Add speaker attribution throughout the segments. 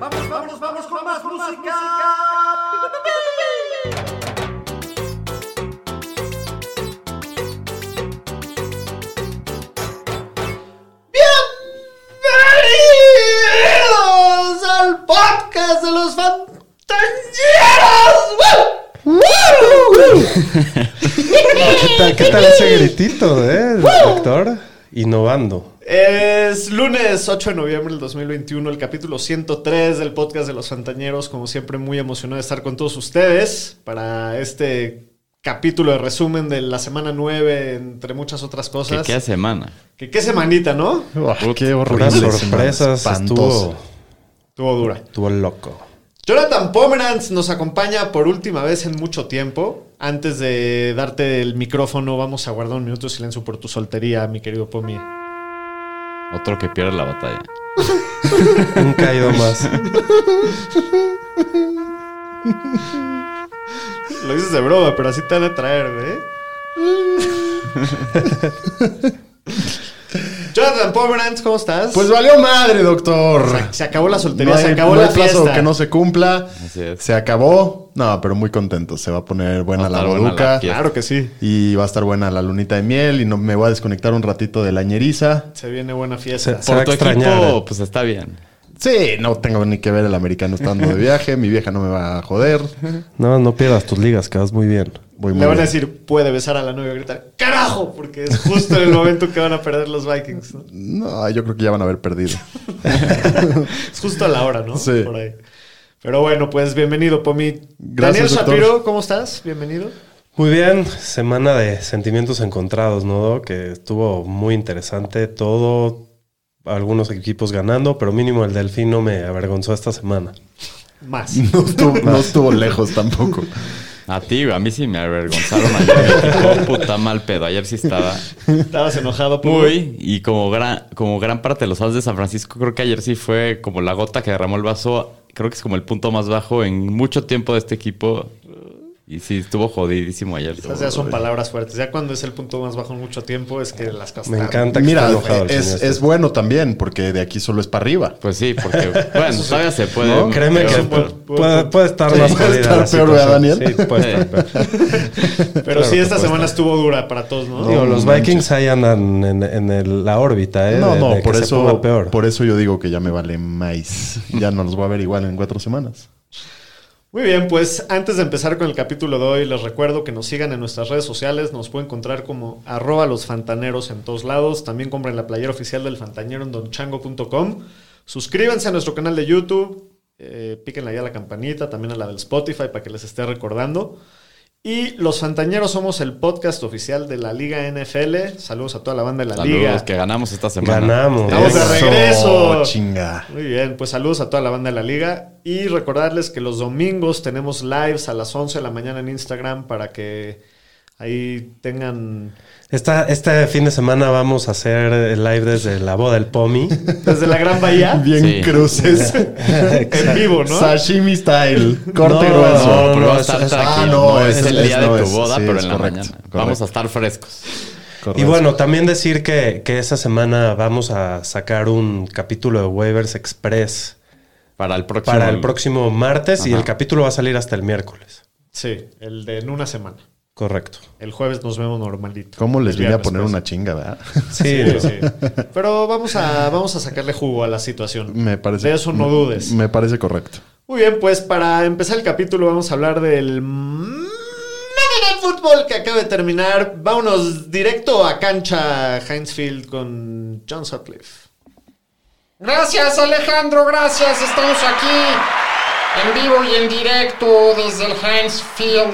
Speaker 1: Vamos, vamos, vamos con más música. Bienvenidos al podcast de los fantasieros. ¡Woo!
Speaker 2: ¿Qué tal, qué tal ese gritito, eh? El doctor innovando.
Speaker 1: Es lunes 8 de noviembre del 2021, el capítulo 103 del podcast de los Fantañeros. Como siempre, muy emocionado de estar con todos ustedes para este capítulo de resumen de la semana 9, entre muchas otras
Speaker 3: Que
Speaker 1: cosas.
Speaker 3: queda semana.
Speaker 1: Que qué semanita, ¿no?
Speaker 2: qué horrible. sorpresas estuvo,
Speaker 1: Estuvo dura.
Speaker 2: estuvo loco.
Speaker 1: Jonathan Pomeranz nos acompaña por última vez en mucho tiempo. Antes de darte el micrófono, vamos a guardar un minuto de silencio por tu soltería, mi querido Pomi.
Speaker 3: Otro que pierde la batalla.
Speaker 2: Un caído más.
Speaker 1: Lo dices de broma, pero así te van a traer, ¿eh? Jonathan Pomeranz, ¿cómo estás?
Speaker 4: Pues valió madre, doctor.
Speaker 1: se acabó la soltería,
Speaker 4: No hay-
Speaker 1: se acabó
Speaker 4: no hay
Speaker 1: la fiesta.
Speaker 4: plazo que no se cumpla.
Speaker 3: Así es.
Speaker 4: Se acabó. No, pero muy contento. Se va a poner buena
Speaker 3: Va a
Speaker 4: la
Speaker 3: estar buena la
Speaker 4: boduca.
Speaker 3: fiesta.
Speaker 1: Claro que sí.
Speaker 4: Y va a estar buena la lunita de miel. Y no, me voy a desconectar un ratito de la ñeriza.
Speaker 1: Se viene buena fiesta.
Speaker 2: Se va a
Speaker 3: Por tu
Speaker 2: extrañar.
Speaker 3: equipo, pues está bien.
Speaker 4: Sí, no tengo ni que ver el americano estando de viaje. Mi vieja no me va a joder.
Speaker 2: No, no pierdas tus ligas, quedas muy bien.
Speaker 4: Voy muy
Speaker 1: Le van a
Speaker 4: bien.
Speaker 1: decir, puede besar a la novia y gritar, ¡carajo! Porque es justo en el momento que van a perder los Vikings. ¿no?
Speaker 4: No, yo creo que ya van a haber perdido.
Speaker 1: Es justo a la hora, ¿no?
Speaker 4: Sí.
Speaker 1: Por ahí. Pero bueno, pues bienvenido, Pomi. Daniel
Speaker 4: Gracias, doctor.
Speaker 1: Shapiro, ¿cómo estás? Bienvenido.
Speaker 2: Muy bien, semana de sentimientos encontrados, ¿no? Doc? Que estuvo muy interesante todo. Algunos equipos ganando, pero mínimo el Delfín no me avergonzó esta semana.
Speaker 1: Más.
Speaker 4: No estuvo, no estuvo lejos tampoco.
Speaker 3: A ti, güey, a mí sí me avergonzaron ayer. Oh, puta mal pedo. Ayer sí estaba
Speaker 1: Estabas enojado, Pomi.
Speaker 3: muy. Y como gran, como gran parte de los fans de San Francisco, creo que ayer sí fue como la gota que derramó el vaso. Creo que es como el punto más bajo en mucho tiempo de este equipo. Y sí, estuvo jodidísimo ayer.
Speaker 1: Esas ya son palabras fuertes. Ya cuando es el punto más bajo en mucho tiempo es que las cosas
Speaker 2: Me
Speaker 1: están-
Speaker 2: encanta que
Speaker 4: Mira,
Speaker 2: esté enojado el señor
Speaker 4: es,
Speaker 2: este.
Speaker 4: es bueno también, porque de aquí solo es para arriba.
Speaker 3: Pues sí, porque, bueno, todavía se puede.
Speaker 2: ¿No? Créeme
Speaker 3: pero-
Speaker 2: que
Speaker 1: un buen-
Speaker 2: pu- puede, puede estar más
Speaker 4: puede
Speaker 2: jodida
Speaker 4: estar
Speaker 2: la
Speaker 4: peor, ¿verdad,
Speaker 2: situación.
Speaker 4: Daniel?
Speaker 2: Sí, puede estar peor.
Speaker 1: Pero
Speaker 2: Claro
Speaker 1: sí,
Speaker 2: que
Speaker 1: esta
Speaker 2: puede
Speaker 1: semana estuvo dura para todos, ¿no?
Speaker 2: Digo,
Speaker 4: No,
Speaker 2: los
Speaker 4: no
Speaker 2: Vikings ahí andan en, en el- la órbita, ¿eh?
Speaker 4: No,
Speaker 2: de-
Speaker 4: no,
Speaker 2: de que
Speaker 4: por
Speaker 2: se
Speaker 4: eso,
Speaker 2: ponga peor.
Speaker 4: por eso yo digo que ya me vale más. Ya no los voy a ver igual en cuatro semanas.
Speaker 1: Muy bien, pues antes de empezar con el capítulo de hoy, les recuerdo que nos sigan en nuestras redes sociales. Nos pueden encontrar como arroba los fantaneros en todos lados. También compren la playera oficial del fantañero en donchango.com. Suscríbanse a nuestro canal de YouTube. Eh, píquenle ahí a la campanita, también a la del Spotify para que les esté recordando. Y los fantañeros somos el podcast oficial de la Liga NFL. Saludos a toda la banda de la
Speaker 3: Saludos,
Speaker 1: Liga.
Speaker 3: que ganamos esta semana.
Speaker 2: Ganamos.
Speaker 1: Estamos de
Speaker 4: Eso,
Speaker 1: regreso.
Speaker 4: Chinga.
Speaker 1: Muy bien, pues saludos a toda la banda de la liga y recordarles que los domingos tenemos lives a las 11 de la mañana en Instagram para que ahí tengan
Speaker 2: Esta, este fin de semana vamos a hacer el live desde la boda del Pomi.
Speaker 1: desde la Gran Bahía
Speaker 4: Bien
Speaker 3: Sí.
Speaker 4: cruces.
Speaker 1: en vivo, ¿no?
Speaker 4: Sashimi style. Corte
Speaker 2: No,
Speaker 4: grueso.
Speaker 3: No, pero va
Speaker 2: es-
Speaker 3: a estar
Speaker 2: es-
Speaker 3: tranquilo.
Speaker 4: ah,
Speaker 3: no,
Speaker 4: no,
Speaker 3: es,
Speaker 4: es-
Speaker 3: el
Speaker 4: es-
Speaker 3: día
Speaker 4: no,
Speaker 3: de tu
Speaker 4: es-
Speaker 3: boda,
Speaker 4: sí,
Speaker 3: pero
Speaker 4: es
Speaker 3: en la
Speaker 4: correcto,
Speaker 3: mañana.
Speaker 4: correcto.
Speaker 3: Vamos a estar frescos.
Speaker 2: y bueno, también decir que, que esa semana vamos a sacar un capítulo de Waivers Express
Speaker 3: Para el próximo.
Speaker 2: para el próximo martes y
Speaker 3: Ajá.
Speaker 2: el capítulo va a salir hasta el miércoles.
Speaker 1: Sí, el de en una semana.
Speaker 2: Correcto.
Speaker 1: El jueves nos vemos normalito.
Speaker 4: ¿Cómo les
Speaker 1: El
Speaker 4: vine a
Speaker 1: viernes,
Speaker 4: poner
Speaker 1: pues.
Speaker 4: una chinga, verdad?
Speaker 1: Sí,
Speaker 2: Sí, ¿no?
Speaker 1: sí. Pero vamos a, vamos a sacarle jugo a la situación.
Speaker 4: Me parece.
Speaker 1: De eso no dudes.
Speaker 4: Me parece correcto.
Speaker 1: Muy bien, pues para empezar el capítulo vamos a hablar del Monday Night Football que acaba de terminar. Vámonos directo a cancha Heinz Field con John Sutcliffe.
Speaker 5: Gracias Alejandro, gracias. Estamos aquí en vivo y en directo desde el Heinz Field,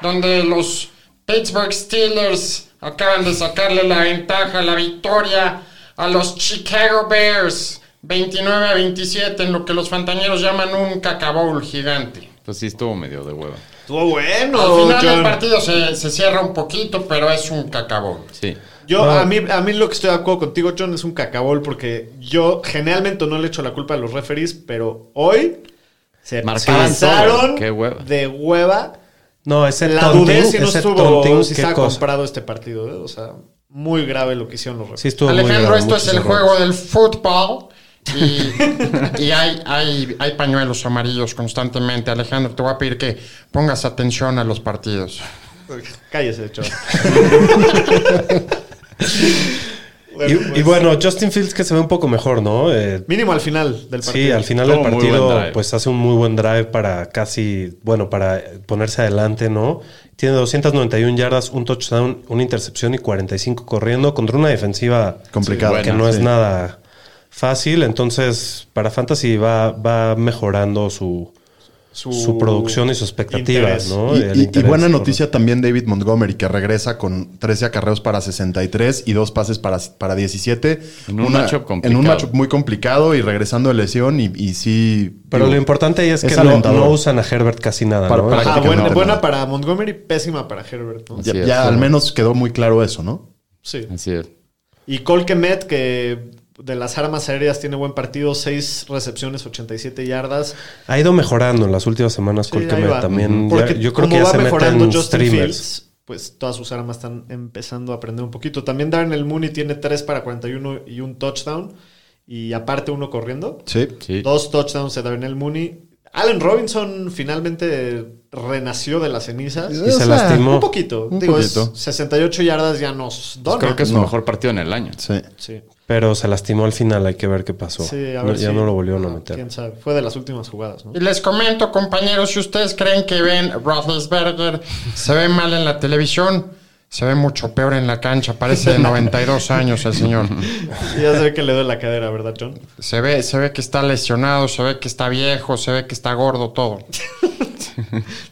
Speaker 5: donde los Pittsburgh Steelers acaban de sacarle la ventaja, la victoria a los Chicago Bears 29 a 27 en lo que los fantañeros llaman un cacabowl gigante.
Speaker 3: Pues sí, estuvo medio de hueva.
Speaker 1: Estuvo bueno,
Speaker 5: Al final
Speaker 1: John.
Speaker 5: el partido se, se cierra un poquito, pero es un cacabowl.
Speaker 3: Sí.
Speaker 1: Yo,
Speaker 2: No.
Speaker 1: a, mí, a mí lo que estoy de acuerdo contigo, John, es un cacabol porque yo generalmente no le echo la culpa a los referees, pero hoy se
Speaker 3: Marcaban
Speaker 1: pasaron
Speaker 3: todo. Qué hueva.
Speaker 1: de hueva.
Speaker 2: No, ese
Speaker 1: La
Speaker 2: taunting,
Speaker 1: dudé si no
Speaker 2: ese
Speaker 1: estuvo,
Speaker 2: taunting,
Speaker 1: si
Speaker 2: qué
Speaker 1: estaba
Speaker 2: cosa.
Speaker 1: comprado este partido. ¿eh? O sea, muy grave lo que hicieron los referees.
Speaker 2: Sí estuvo muy
Speaker 5: Alejandro,
Speaker 2: grave,
Speaker 5: esto es
Speaker 2: muchos
Speaker 5: el
Speaker 2: errores.
Speaker 5: juego del fútbol. Y, y hay, hay, hay pañuelos amarillos constantemente. Alejandro, te voy a pedir que pongas atención a los partidos.
Speaker 1: Cállese, John.
Speaker 2: Y,
Speaker 1: Bueno,
Speaker 2: y
Speaker 1: pues,
Speaker 2: bueno, Justin Fields que se ve un poco mejor, ¿no? Eh,
Speaker 1: Mínimo al final del partido.
Speaker 2: Sí, al final del
Speaker 3: Tuvo muy buen
Speaker 2: partido
Speaker 3: drive.
Speaker 2: pues hace un muy buen drive para casi, bueno, para ponerse adelante, ¿no? Tiene 291 yardas, un touchdown, una intercepción y 45 corriendo contra una defensiva
Speaker 4: Complicado.
Speaker 2: que no es nada fácil, entonces para Fantasy va, va mejorando su, su producción y sus expectativas,
Speaker 1: interés.
Speaker 2: ¿no?
Speaker 4: Y,
Speaker 2: El
Speaker 4: y- y
Speaker 2: interés,
Speaker 4: buena
Speaker 2: correcto.
Speaker 4: noticia también David Montgomery, que regresa con 13 acarreos para 63 y dos pases para, para 17.
Speaker 3: En un matchup
Speaker 4: En
Speaker 3: complicado.
Speaker 4: un matchup muy complicado y regresando de lesión y, y sí...
Speaker 2: Pero
Speaker 4: digo,
Speaker 2: lo importante ahí es,
Speaker 4: es
Speaker 2: que no,
Speaker 4: alentador.
Speaker 2: no usan a Herbert casi nada,
Speaker 4: Para-
Speaker 2: ¿no?
Speaker 4: para-
Speaker 1: Ah, buena,
Speaker 4: prácticamente
Speaker 1: buena
Speaker 4: nada.
Speaker 1: para Montgomery, pésima para Herbert. ¿no?
Speaker 4: Ya,
Speaker 3: Sí, es
Speaker 4: ya
Speaker 3: como-
Speaker 4: al menos quedó muy claro eso, ¿no?
Speaker 1: Sí.
Speaker 3: Así es.
Speaker 1: Y Cole Kemet, que de las armas aéreas tiene buen partido, 6 recepciones, 87 yardas.
Speaker 2: Ha ido mejorando en las últimas semanas
Speaker 1: Sí,
Speaker 2: Cole
Speaker 1: ahí
Speaker 2: Kmet
Speaker 1: va.
Speaker 2: también. ya-
Speaker 1: Porque
Speaker 2: yo
Speaker 1: como
Speaker 2: creo que ya
Speaker 1: va
Speaker 2: se mete
Speaker 1: mejorando
Speaker 2: en
Speaker 1: Justin
Speaker 2: streamers.
Speaker 1: Fields, pues todas sus armas están empezando a aprender un poquito. También Darnell Mooney tiene 3 para 41 y un touchdown. Y aparte uno corriendo.
Speaker 4: Sí.
Speaker 3: Sí.
Speaker 1: Dos touchdowns de Darnell Mooney. Allen Robinson finalmente renació de las cenizas.
Speaker 2: Y se lastimó.
Speaker 1: Un poquito.
Speaker 4: Un
Speaker 1: Digo, es
Speaker 4: poquito.
Speaker 1: 68 yardas ya nos
Speaker 2: Pues
Speaker 1: dona.
Speaker 3: Pues Creo que es su
Speaker 4: No.
Speaker 3: mejor partido en el año.
Speaker 4: Sí.
Speaker 1: Sí.
Speaker 2: Pero se lastimó al final, hay que ver qué pasó.
Speaker 1: Sí, a
Speaker 2: No,
Speaker 1: ver
Speaker 2: ya
Speaker 1: si-
Speaker 2: no lo volvieron a
Speaker 1: Ah,
Speaker 2: meter.
Speaker 1: quién sabe. Fue de las últimas jugadas, ¿no?
Speaker 5: Y les comento, compañeros, si ustedes creen que Ben Roethlisberger se ve mal en la televisión, se ve mucho peor en la cancha. Parece de 92 años el señor.
Speaker 1: Ya se ve que le duele la cadera, ¿verdad, John?
Speaker 5: Se ve, se ve que está lesionado, se ve que está viejo, se ve que está gordo, todo.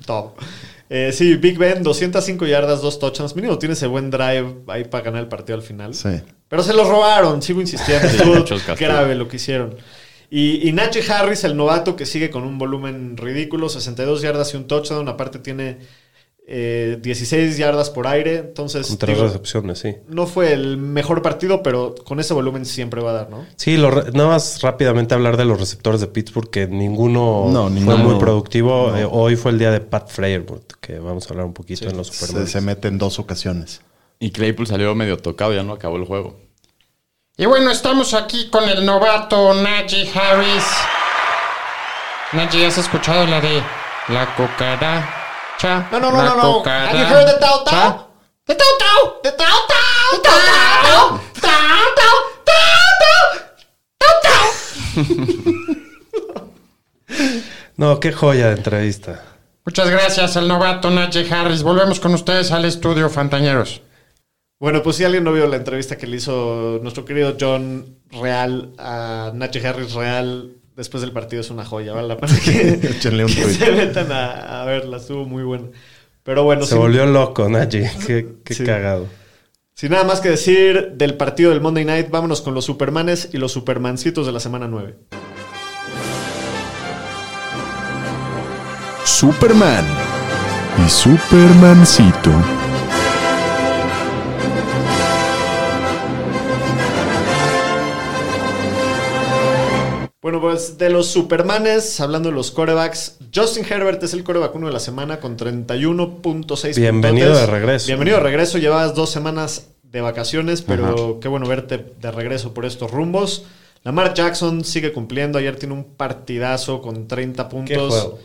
Speaker 1: Todo. Eh, sí, Big Ben, 205 yardas, dos touchdowns. Mínimo tiene ese buen drive ahí para ganar el partido al final.
Speaker 4: Sí.
Speaker 1: Pero se los robaron, sigo insistiendo.
Speaker 3: Sí,
Speaker 1: Estuvo
Speaker 3: muchos castigos.
Speaker 1: grave lo que hicieron. Y, y Najee Harris, el novato, que sigue con un volumen ridículo, 62 yardas y un touchdown. Aparte tiene eh, 16 yardas por aire. Entonces,
Speaker 2: Con tres
Speaker 1: digo,
Speaker 2: recepciones, sí.
Speaker 1: no fue el mejor partido, pero con ese volumen siempre va a dar, ¿no?
Speaker 2: Sí, lo re- nada más rápidamente hablar de los receptores de Pittsburgh, que ninguno
Speaker 4: No,
Speaker 2: fue
Speaker 4: ninguno.
Speaker 2: muy productivo. Eh, hoy fue el día de Pat Freyerwood, que vamos a hablar un poquito en los Super
Speaker 4: Se,
Speaker 2: Bowls.
Speaker 4: se mete en dos ocasiones.
Speaker 3: Y Claypool salió medio tocado, ya no acabó el juego.
Speaker 5: Y bueno, estamos aquí con el novato Najee Harris. Najee, ¿has escuchado la de la cucaracha?
Speaker 1: No, no, no,
Speaker 5: La
Speaker 1: no, no.
Speaker 5: cucaracha. ¿Ah?
Speaker 1: Have you heard the tau tau?
Speaker 5: The tau tau.
Speaker 1: ¡Tau, tau, tau, tau!
Speaker 5: Tau, tau, tau, tau, tau.
Speaker 2: No, qué joya de entrevista.
Speaker 5: Muchas gracias al novato Najee Harris. Volvemos con ustedes al estudio Fantañeros.
Speaker 1: Bueno, pues si alguien no vio la entrevista que le hizo nuestro querido John Real a Nacho Harris Real después del partido es una joya, ¿vale? La pena que,
Speaker 4: Échenle un
Speaker 1: que
Speaker 4: tweet.
Speaker 1: se metan a, a verla, estuvo muy buena. Pero bueno,
Speaker 2: Se
Speaker 1: sin,
Speaker 2: volvió loco, Najee. Qué, qué
Speaker 1: Sí.
Speaker 2: cagado.
Speaker 1: sin nada más que decir del partido del Monday Night, vámonos con los Supermanes y los Supermancitos de la semana 9.
Speaker 6: Superman y Supermancito.
Speaker 1: Bueno, pues de los Supermanes, hablando de los corebacks, Justin Herbert es el coreback uno de la semana con 31.6
Speaker 2: Bienvenido
Speaker 1: puntotes.
Speaker 2: de regreso.
Speaker 1: Bienvenido de regreso, llevabas dos semanas de vacaciones, pero qué bueno verte de regreso por estos rumbos. Lamar Jackson sigue cumpliendo, ayer tiene un partidazo con 30
Speaker 2: Qué
Speaker 1: puntos,
Speaker 2: juego.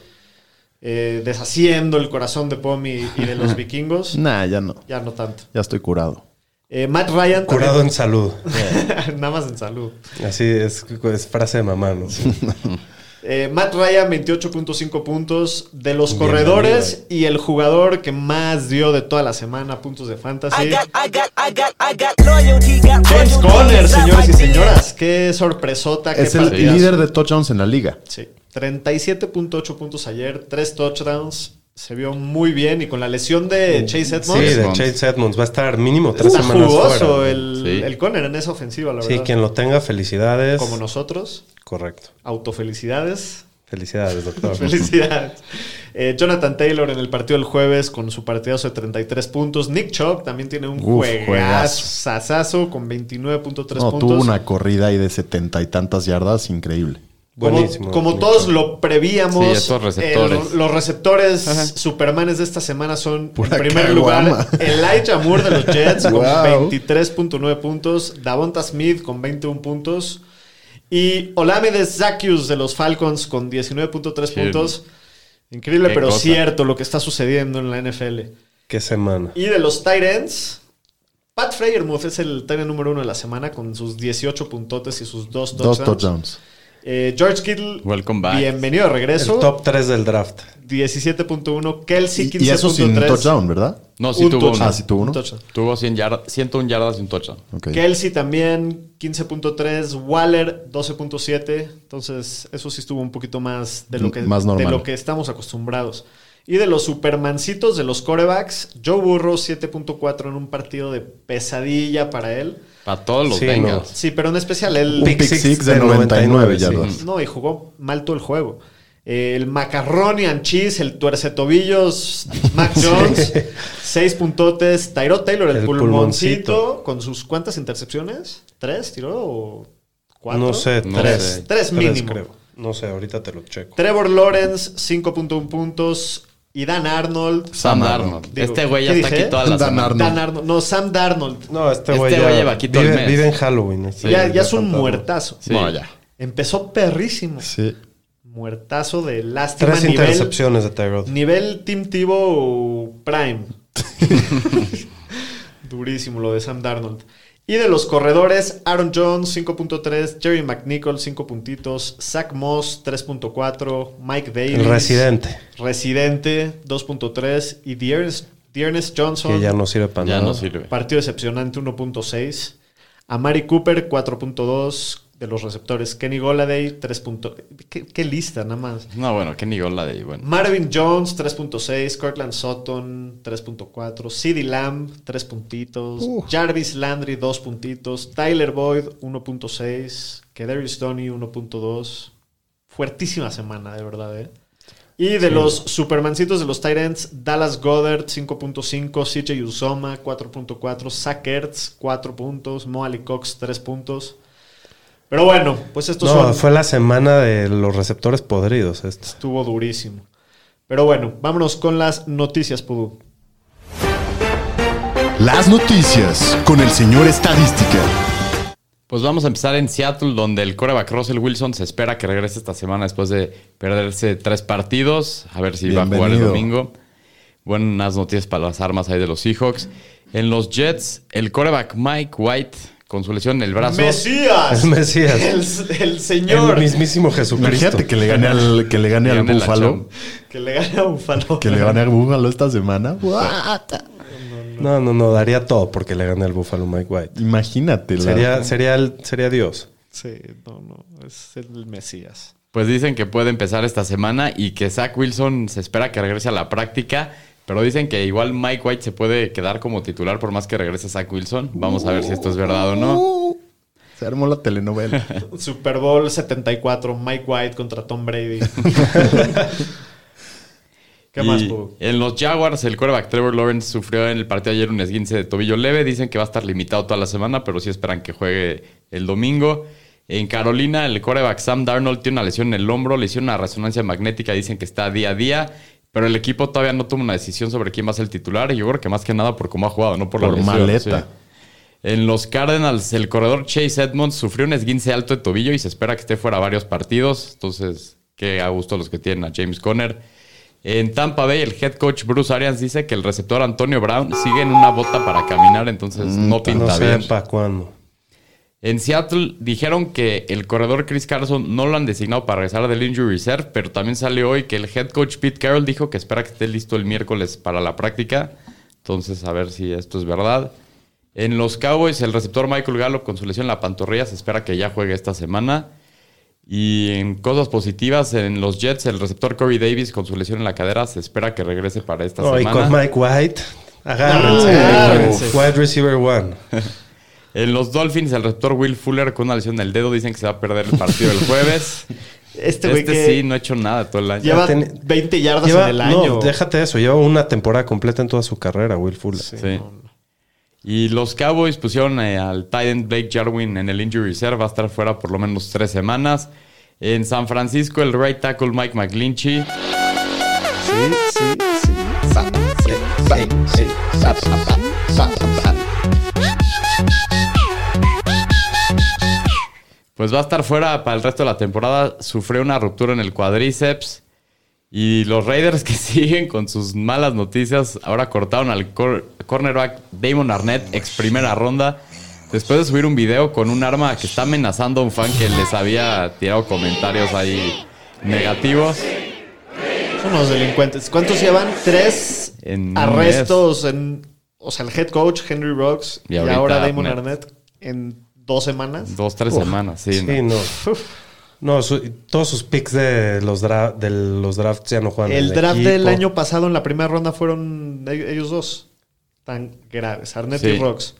Speaker 1: eh, deshaciendo el corazón de Pomi y de los vikingos.
Speaker 4: Nah, ya no.
Speaker 1: Ya no tanto.
Speaker 4: Ya estoy curado.
Speaker 1: Eh, Matt Ryan
Speaker 2: Curado en salud.
Speaker 1: también- nada más en salud.
Speaker 2: Así es, es frase de mamá, ¿no?
Speaker 1: Eh, Matt Ryan, 28.5 puntos. De los
Speaker 2: Bienvenido,
Speaker 1: corredores y el jugador que más dio de toda la semana puntos de fantasy. James Conner, señores y señoras. Qué sorpresota. Ah, Qué
Speaker 4: Es el
Speaker 1: partidazo.
Speaker 4: líder de touchdowns en la liga.
Speaker 1: Sí. 37.8 puntos ayer, 3 touchdowns. Se vio muy bien y con la lesión de Chase
Speaker 2: Sí,
Speaker 1: Edmonds.
Speaker 2: de
Speaker 3: Edmonds.
Speaker 2: Chase Edmonds. Va a estar mínimo tres
Speaker 1: Está
Speaker 2: semanas
Speaker 1: jugoso
Speaker 2: fuera.
Speaker 1: el,
Speaker 3: Sí.
Speaker 1: el Conner en esa ofensiva, la
Speaker 2: Sí,
Speaker 1: verdad.
Speaker 2: quien lo tenga, felicidades.
Speaker 1: Como nosotros,
Speaker 2: Correcto.
Speaker 1: autofelicidades.
Speaker 2: Felicidades, doctor.
Speaker 1: Felicidades. Eh, Jonathan Taylor en el partido del jueves con su partidazo de 33 puntos. Nick Chubb también tiene un
Speaker 4: Uf,
Speaker 1: juegazo sasazo con 29.3
Speaker 4: No,
Speaker 1: puntos.
Speaker 4: tuvo una corrida ahí de setenta y tantas yardas, increíble.
Speaker 1: Como-
Speaker 2: Buenísimo.
Speaker 1: Como,
Speaker 2: Nick
Speaker 1: todos
Speaker 2: Chubb.
Speaker 1: lo prevíamos,
Speaker 3: Sí, estos receptores.
Speaker 1: el- los receptores supermanes de esta semana son,
Speaker 4: Pura
Speaker 1: en primer
Speaker 4: caguama.
Speaker 1: lugar, Elijah Moore de los Jets con
Speaker 4: Wow.
Speaker 1: 23.9 puntos, Davonta Smith con 21 puntos y Olamide Zacchaeus de los Falcons con 19.3
Speaker 3: Sí.
Speaker 1: puntos. Increíble,
Speaker 3: Qué
Speaker 1: pero
Speaker 3: cosa.
Speaker 1: cierto lo que está sucediendo en la NFL.
Speaker 2: Qué semana.
Speaker 1: Y de los Tyrants, Pat Freyermuth es el Tyrant número uno de la semana con sus 18 puntotes y sus dos touchdowns.
Speaker 4: Dos touchdowns.
Speaker 1: Eh, George Kittle,
Speaker 3: Welcome back.
Speaker 1: bienvenido de
Speaker 2: El
Speaker 1: regreso.
Speaker 2: top 3 del draft.
Speaker 1: 17.1, Kelsey
Speaker 4: Y, y eso sin
Speaker 1: 15.3.
Speaker 4: touchdown, ¿verdad?
Speaker 3: No, Oh, sí
Speaker 1: Un
Speaker 3: tuvo
Speaker 1: touchdown.
Speaker 3: una.
Speaker 4: Ah, sí tuvo
Speaker 1: Un
Speaker 4: uno.
Speaker 1: touchdown.
Speaker 3: Tuvo 100 yardas, 101 yardas y un touchdown.
Speaker 4: Ok.
Speaker 1: Kelsey también, 15.3, Waller 12.7, entonces eso sí estuvo un poquito más de lo que,
Speaker 4: Más normal.
Speaker 1: de lo que estamos acostumbrados. Y de los supermancitos de los corebacks, Joe Burrow 7.4 en un partido de pesadilla para él.
Speaker 3: Para todos los
Speaker 2: Sí,
Speaker 3: Bengals.
Speaker 1: Sí, pero en especial él...
Speaker 4: Un pick
Speaker 2: Pick
Speaker 4: six
Speaker 2: six
Speaker 4: de
Speaker 2: de
Speaker 4: 99
Speaker 2: sí.
Speaker 4: yardas.
Speaker 1: No, y jugó mal todo el juego. Eh, El macarrón y anchis, el tuerce tobillos, Mac Jones, seis puntotes, Tyrod Taylor, el,
Speaker 2: El
Speaker 1: pulmoncito,
Speaker 2: pulmoncito.
Speaker 1: con sus cuántas intercepciones, tres tiró o cuatro.
Speaker 2: No sé,
Speaker 3: No
Speaker 2: 3.
Speaker 3: sé.
Speaker 1: Tres mínimo.
Speaker 2: No sé, ahorita te lo checo.
Speaker 1: Trevor Lawrence, 5.1 puntos, y Dan Arnold.
Speaker 3: Sam
Speaker 4: Sam
Speaker 3: Darnold.
Speaker 1: Digo,
Speaker 3: este güey ya
Speaker 1: ¿qué
Speaker 3: está
Speaker 1: dije?
Speaker 3: aquí toda la
Speaker 4: Dan
Speaker 3: semana.
Speaker 4: Arnold.
Speaker 1: Dan Arnold, no, Sam Darnold.
Speaker 2: No, este
Speaker 3: Este
Speaker 2: güey
Speaker 3: güey
Speaker 2: ya
Speaker 3: lleva aquí todo el
Speaker 2: vive,
Speaker 3: mes.
Speaker 2: vive en Halloween. este
Speaker 1: ya,
Speaker 2: güey
Speaker 1: ya es un
Speaker 2: fantasma.
Speaker 1: muertazo.
Speaker 3: Sí.
Speaker 4: Bueno, ya.
Speaker 1: Empezó perrísimo.
Speaker 4: Sí.
Speaker 1: Muertazo de lástima
Speaker 2: Tres
Speaker 1: nivel
Speaker 2: intercepciones de Tyrod.
Speaker 1: Nivel Team Tivo Prime. Durísimo lo de Sam Darnold. Y de los corredores, Aaron Jones 5.3, Jerry McNichol 5 puntitos, Zach Moss 3.4, Mike Davis.
Speaker 2: El residente,
Speaker 1: Residente 2.3 y Dearness, Dearness Johnson.
Speaker 2: que ya no sirve para
Speaker 3: Ya
Speaker 2: nada.
Speaker 3: no sirve.
Speaker 1: Partido decepcionante 1.6. Amari Cooper 4.2 de los receptores. Kenny Goladay 3. punto- ¿Qué, qué lista nada más.
Speaker 3: No, bueno, qué nigón la de ahí, bueno.
Speaker 1: Marvin Jones 3.6, Cortland Sutton 3.4, CeeDee Lamb 3 puntitos, Jarvis Landry 2 puntitos, Tyler Boyd 1.6, Kedarius Stoney 1.2. Fuertísima semana, de verdad, ¿eh? Y de los supermancitos de los Tyrants, Dallas Goddard 5.5, CJ Uzoma 4.4, Zach Ertz 4 puntos, Mo Ali Cox 3 puntos. Pero bueno, pues estos
Speaker 2: No,
Speaker 1: son
Speaker 2: fue la semana de los receptores podridos. Esto.
Speaker 1: Estuvo durísimo. Pero bueno, vámonos con las noticias, Pudú.
Speaker 4: Las noticias con el señor Estadística.
Speaker 3: Pues vamos a empezar en Seattle, donde el coreback Russell Wilson se espera que regrese esta semana después de perderse tres partidos. A ver si va a jugar el
Speaker 4: Bienvenido.
Speaker 3: domingo. Buenas noticias para las armas ahí de los Seahawks. En los Jets, el coreback Mike White, con su lesión en el brazo.
Speaker 1: ¡Mesías!
Speaker 2: El Mesías.
Speaker 1: El, el
Speaker 2: El
Speaker 1: señor
Speaker 2: mismísimo Jesucristo.
Speaker 4: Imagínate que le gane al, que le gane al
Speaker 3: Gane la
Speaker 4: búfalo.
Speaker 3: chamba.
Speaker 1: que le gana a Buffalo.
Speaker 4: Que le gane al búfalo esta semana.
Speaker 2: No, no, no, daría todo porque le gane al Buffalo Mike White.
Speaker 4: Imagínate. la-
Speaker 2: Sería, sería, el- sería Dios.
Speaker 1: Sí, no, no, es el Mesías.
Speaker 3: Pues dicen que puede empezar esta semana y que Zach Wilson se espera que regrese a la práctica. Pero dicen que igual Mike White se puede quedar como titular por más que regrese Zach Wilson. Vamos a ver si esto es verdad o no.
Speaker 4: Uh, se armó la telenovela.
Speaker 1: Super Bowl 74, Mike White contra Tom Brady. ¿Qué
Speaker 3: Y
Speaker 1: más, Pudú?
Speaker 3: En los Jaguars, el quarterback Trevor Lawrence sufrió en el partido de ayer un esguince de tobillo leve. Dicen que va a estar limitado toda la semana, pero sí esperan que juegue el domingo. En Carolina, el quarterback Sam Darnold tiene una lesión en el hombro, le hicieron una resonancia magnética, dicen que está día a día, pero el equipo todavía no toma una decisión sobre quién va a ser el titular. Y yo creo que más que nada por cómo ha jugado, no por, la
Speaker 4: Por
Speaker 3: lesión,
Speaker 4: maleta.
Speaker 3: sí. En los Cardinals, el corredor Chase Edmonds sufrió un esguince alto de tobillo y se espera que esté fuera varios partidos. Entonces, qué a gusto los que tienen a James Conner. En Tampa Bay, el head coach Bruce Arians dice que el receptor Antonio Brown sigue en una bota para caminar, entonces no pinta
Speaker 2: Mm, No sé
Speaker 3: bien.
Speaker 2: para cuándo.
Speaker 3: En Seattle dijeron que el corredor Chris Carson no lo han designado para regresar del injury reserve, pero también salió hoy que el head coach Pete Carroll dijo que espera que esté listo el miércoles para la práctica. Entonces, a ver si esto es verdad. En los Cowboys, el receptor Michael Gallup con su lesión en la pantorrilla se espera que ya juegue esta semana. Y en cosas positivas, en los Jets, el receptor Corey Davis con su lesión en la cadera se espera que regrese para esta
Speaker 2: No, y
Speaker 3: semana.
Speaker 2: con Mike White, agárrense.
Speaker 1: No, agárrense.
Speaker 2: Wide receiver one.
Speaker 3: En los Dolphins, el receptor Will Fuller con una lesión en el dedo dicen que se va a perder el partido el jueves.
Speaker 1: Este güey
Speaker 3: Este
Speaker 1: que
Speaker 3: sí, no ha hecho nada todo el año.
Speaker 1: lleva
Speaker 2: Ya ten-
Speaker 1: 20 yardas
Speaker 2: Lleva-
Speaker 1: en el
Speaker 2: no,
Speaker 1: año.
Speaker 2: déjate eso. Lleva una temporada completa en toda su carrera, Will Fuller.
Speaker 3: Sí. Y los Cowboys pusieron eh, al Titan Blake Jarwin en el injury reserve. Va a estar fuera por lo menos tres semanas. En San Francisco, el right tackle Mike McGlinchey. Pues va a estar fuera para el resto de la temporada. Sufrió una ruptura en el cuadríceps. Y los Raiders que siguen con sus malas noticias, ahora cortaron al cor- cornerback Damon Arnett, ex primera ronda, después de subir un video con un arma que está amenazando a un fan que les había tirado comentarios ahí negativos.
Speaker 1: Son unos delincuentes. ¿Cuántos llevan? Tres
Speaker 3: En un
Speaker 1: arrestos en. O sea, el head coach Henry Rocks
Speaker 3: Y
Speaker 1: y,
Speaker 3: ahorita
Speaker 1: ahora Damon
Speaker 3: Arnett.
Speaker 1: Arnett en dos semanas.
Speaker 3: Dos, tres semanas, sí.
Speaker 2: Sí,
Speaker 3: ¿no?
Speaker 2: no. No, su- todos sus picks de los, dra- de los drafts ya no juegan. en
Speaker 1: el draft
Speaker 2: equipo.
Speaker 1: del año pasado en la primera ronda fueron e- ellos dos tan graves, Arnett
Speaker 3: Sí.
Speaker 1: y Rocks.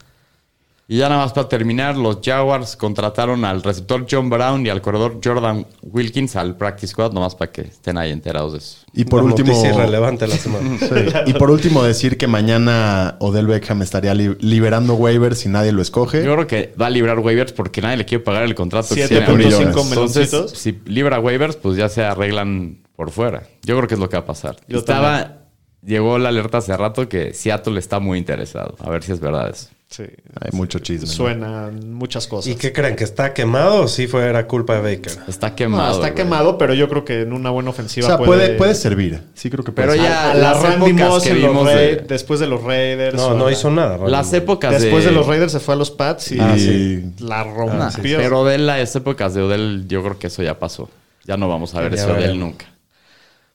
Speaker 3: Y ya nada más para terminar, los Jaguars contrataron al receptor John Brown y al corredor Jordan Wilkins al practice squad, nomás para que estén ahí enterados de eso.
Speaker 4: Y por
Speaker 2: Una
Speaker 4: último.
Speaker 2: noticia irrelevante la semana.
Speaker 4: Sí. Y por último, decir que mañana Odell Beckham estaría li- liberando waivers si nadie lo escoge.
Speaker 3: Yo creo que va a librar waivers porque nadie le quiere pagar el contrato. que tiene
Speaker 1: 7.5
Speaker 3: ahorita.
Speaker 4: millones.
Speaker 3: Pues Entonces,
Speaker 1: meloncitos.
Speaker 3: si libra waivers, pues ya se arreglan por fuera. Yo creo que es lo que va a pasar.
Speaker 1: Yo
Speaker 3: Estaba, llegó la alerta hace rato que Seattle está muy interesado. A ver si es verdad eso.
Speaker 1: Sí.
Speaker 4: Hay mucho chisme. ¿no?
Speaker 1: Suenan muchas cosas.
Speaker 2: ¿Y qué creen? ¿Que está quemado o sí fue, era culpa de Baker?
Speaker 3: Está
Speaker 1: No,
Speaker 3: quemado.
Speaker 1: está
Speaker 3: güey.
Speaker 1: quemado, pero yo creo que en una buena
Speaker 4: O
Speaker 1: ofensiva
Speaker 4: sea, puede, puede servir. Sí, creo que puede
Speaker 3: Pero
Speaker 4: servir.
Speaker 3: ya
Speaker 1: a la
Speaker 3: Pues, las
Speaker 1: Randy
Speaker 3: épocas
Speaker 1: Moss
Speaker 3: que
Speaker 1: en los
Speaker 3: vimos
Speaker 1: Ra-
Speaker 3: de-
Speaker 1: después de los Raiders.
Speaker 2: No,
Speaker 1: o
Speaker 2: no
Speaker 1: la-
Speaker 2: hizo nada. Ronald.
Speaker 3: Las épocas
Speaker 1: Después de los Raiders se fue a los Pats y
Speaker 4: Ah, sí.
Speaker 1: la
Speaker 3: Nah,
Speaker 1: rompió.
Speaker 3: pero de las épocas de Odell, yo creo que eso ya pasó. Ya no vamos a ver
Speaker 2: Ya
Speaker 3: eso de él
Speaker 2: veremos.
Speaker 3: nunca.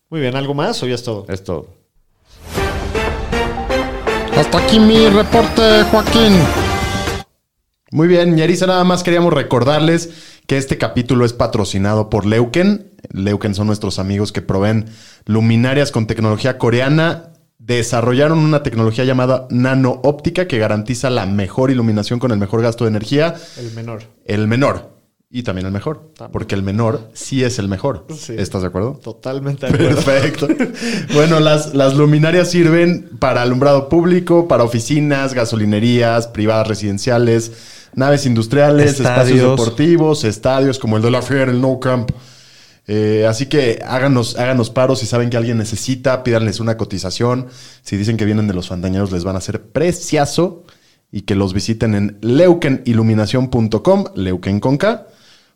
Speaker 1: Muy bien, ¿algo más o ya es todo?
Speaker 4: Eh.
Speaker 3: Esto.
Speaker 5: Hasta aquí mi reporte, Joaquín.
Speaker 4: Muy bien, Ñeriza, nada más queríamos recordarles que este capítulo es patrocinado por Leuken. Leuken son nuestros amigos que proveen luminarias con tecnología coreana. Desarrollaron una tecnología llamada nano óptica que garantiza la mejor iluminación con el mejor gasto de energía,
Speaker 1: El menor.
Speaker 4: el menor y también el mejor, porque el menor sí es el mejor.
Speaker 1: Sí.
Speaker 4: ¿Estás de acuerdo?
Speaker 1: Totalmente de acuerdo.
Speaker 4: Perfecto. Bueno, las, las luminarias sirven para alumbrado público, para oficinas, gasolinerías, privadas residenciales, naves industriales, espacios
Speaker 2: Estadios.
Speaker 4: deportivos, estadios como el de la Fiera, el No Camp. Eh, así que háganos, háganos paro si saben que alguien necesita, pídanles una cotización. Si dicen que vienen de los fantañeros, les van a hacer preciazo y que los visiten en leukeniluminación.com, leuken con K,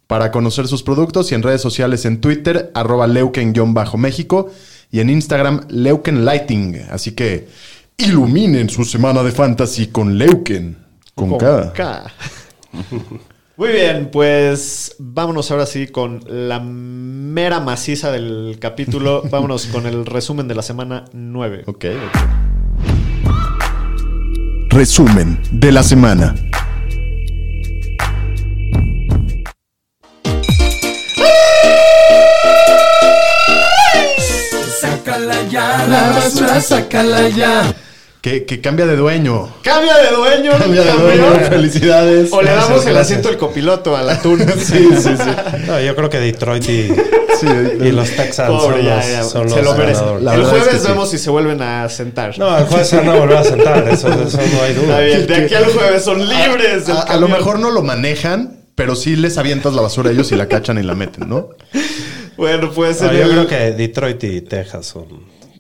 Speaker 4: para conocer sus productos y en redes sociales en Twitter, arroba leuken-méxico y en Instagram, leuken lighting. Así que iluminen su semana de fantasy con leuken, con, K.
Speaker 1: K. Muy bien, pues vámonos ahora sí con la mera maciza del capítulo. Vámonos con el resumen de la semana 9.
Speaker 4: Ok, ok. Resumen de la semana.
Speaker 7: La basura, sácala ya.
Speaker 4: Que, que cambia de dueño.
Speaker 1: ¡Cambia de dueño!
Speaker 4: Cambia de dueño. Felicidades.
Speaker 1: O le
Speaker 4: Gracias,
Speaker 1: damos el
Speaker 4: gracias.
Speaker 1: asiento al copiloto, al atún.
Speaker 4: Sí, sí, sí.
Speaker 2: No, yo creo que Detroit y,
Speaker 4: Sí,
Speaker 2: y los Texans
Speaker 1: Pobre,
Speaker 2: son
Speaker 1: ya,
Speaker 2: los,
Speaker 1: ya,
Speaker 2: son
Speaker 1: se
Speaker 2: los
Speaker 1: lo merece.
Speaker 2: ganadores.
Speaker 4: La
Speaker 1: el
Speaker 4: verdad
Speaker 1: jueves
Speaker 4: es que sí.
Speaker 1: vemos si se vuelven a sentar.
Speaker 2: No, el juez se van a volver a sentar. Eso, eso no hay
Speaker 1: Está
Speaker 2: duda.
Speaker 1: bien, de aquí al jueves son libres. del
Speaker 4: A, a lo
Speaker 1: camión.
Speaker 4: mejor no lo manejan, pero sí les avientas la basura a ellos y la cachan y la meten, ¿no?
Speaker 1: Bueno, pues.
Speaker 2: No,
Speaker 1: en
Speaker 2: Ah, yo
Speaker 1: el-
Speaker 2: creo que Detroit y Texas son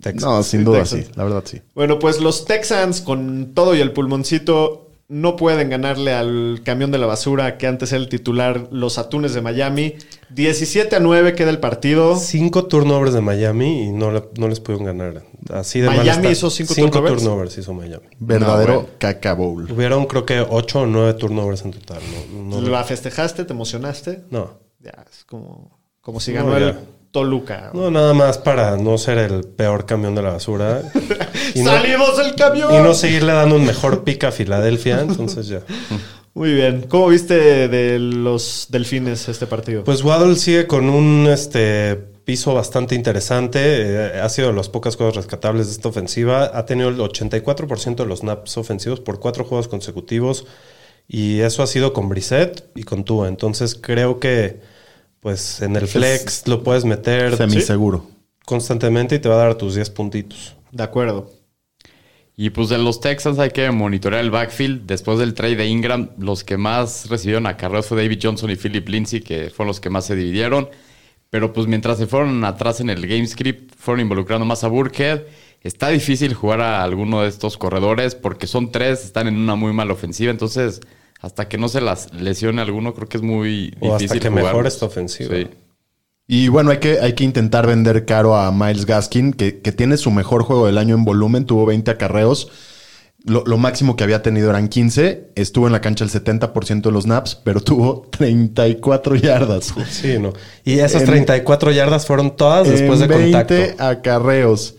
Speaker 2: Texas.
Speaker 4: No, sin duda,
Speaker 1: Texas.
Speaker 4: sí. La verdad, sí.
Speaker 1: Bueno, pues los Texans con todo y el pulmoncito no pueden ganarle al camión de la basura que antes era el titular, los Atunes de Miami. 17 a 9 queda el partido.
Speaker 2: Cinco turnovers de Miami y no, le- no les pudieron ganar. Así de mal
Speaker 1: ¿Miami
Speaker 2: está.
Speaker 1: hizo cinco turnovers?
Speaker 2: turnovers hizo Miami.
Speaker 4: Verdadero caca bowl.
Speaker 2: Hubieron creo que ocho o nueve turnovers en total. No, no,
Speaker 1: ¿La festejaste? ¿Te emocionaste?
Speaker 2: no.
Speaker 1: Ya, es como, como si
Speaker 2: No,
Speaker 1: ganó el
Speaker 2: ya.
Speaker 1: Toluca.
Speaker 2: No, nada más para no ser el peor camión de la basura. Y no,
Speaker 1: ¡Salimos del camión!
Speaker 2: y no seguirle dando un mejor pick a Filadelfia. Entonces ya.
Speaker 1: Muy bien. ¿Cómo viste de los delfines este partido?
Speaker 2: Pues Waddle sigue con un este, piso bastante interesante. Eh, ha sido de las pocas cosas rescatables de esta ofensiva. Ha tenido el 84% de los naps ofensivos por cuatro juegos consecutivos. Y eso ha sido con Brissett y con Tua. Entonces creo que pues en el flex lo puedes meter
Speaker 4: Semiseguro.
Speaker 2: constantemente y te va a dar tus 10 puntitos.
Speaker 1: De acuerdo.
Speaker 3: Y pues de los Texans hay que monitorear el backfield. Después del trade de Ingram, los que más recibieron acarreos fue David Johnson y Philip Lindsay, que fueron los que más se dividieron. Pero pues mientras se fueron atrás en el game script, fueron involucrando más a Burkhead. Está difícil jugar a alguno de estos corredores porque son tres, están en una muy mala ofensiva. Entonces, hasta que no se las lesione alguno, creo que es muy difícil
Speaker 2: O hasta que
Speaker 3: jugar.
Speaker 2: mejore esta ofensiva.
Speaker 3: Sí.
Speaker 4: Y bueno, hay que, hay que intentar vender caro a Miles Gaskin, que, que tiene su mejor juego del año en volumen, tuvo 20 acarreos. Lo, lo máximo que había tenido eran 15. Estuvo en la cancha el 70% de los naps, pero tuvo 34 yardas.
Speaker 2: Sí, no. Y esas
Speaker 4: En-
Speaker 2: 34 yardas fueron todas después de
Speaker 4: en
Speaker 2: contacto.
Speaker 4: 20 acarreos.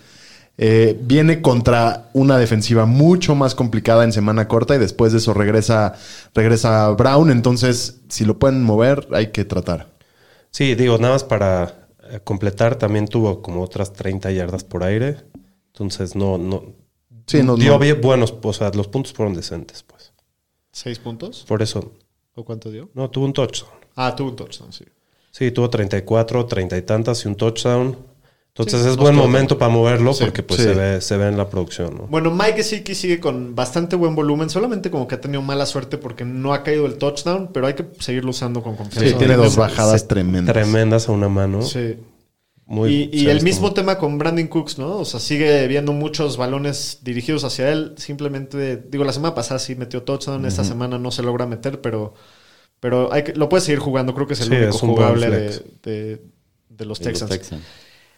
Speaker 4: Eh, viene contra una defensiva mucho más complicada en semana corta y después de eso regresa, regresa Brown. Entonces, si lo pueden mover, hay que tratar.
Speaker 2: Sí, digo, nada más para eh, completar, también tuvo como otras 30 yardas por aire. Entonces no, no.
Speaker 4: Sí, no,
Speaker 2: dio
Speaker 4: no.
Speaker 2: bien buenos, o sea, los puntos fueron decentes, pues.
Speaker 1: ¿Seis puntos?
Speaker 2: Por eso,
Speaker 1: ¿O cuánto dio?
Speaker 2: no, tuvo un touchdown.
Speaker 1: Ah, tuvo un touchdown, sí.
Speaker 2: Sí, tuvo 34, 30 y tantas y un touchdown. Entonces
Speaker 1: Sí,
Speaker 2: es
Speaker 1: no
Speaker 2: buen
Speaker 1: estuvo
Speaker 2: momento para moverlo porque pues
Speaker 4: sí.
Speaker 2: se, ve, se ve en la producción, ¿no?
Speaker 1: Bueno, Mike Gesicki sigue con bastante buen volumen, solamente como que ha tenido mala suerte porque no ha caído el touchdown, pero hay que seguirlo usando con
Speaker 4: Sí,
Speaker 1: confianza.
Speaker 4: tiene dos bajadas
Speaker 2: Se-
Speaker 4: tremendas.
Speaker 2: Tremendas a una mano.
Speaker 1: Sí.
Speaker 2: Muy,
Speaker 1: Y- y
Speaker 2: se ha
Speaker 1: el
Speaker 2: visto
Speaker 1: mismo
Speaker 2: muy-
Speaker 1: tema con Brandon Cooks, ¿no? O sea, sigue viendo muchos balones dirigidos hacia él. Simplemente, digo, la semana pasada sí metió touchdown, esta semana no se logra meter, pero, pero hay que- lo puede seguir jugando. Creo que es el
Speaker 2: Sí,
Speaker 1: único
Speaker 2: es un
Speaker 1: jugable
Speaker 2: buen
Speaker 1: de,
Speaker 2: flex.
Speaker 1: de- de los
Speaker 3: Y los
Speaker 1: Texans.
Speaker 3: Texans.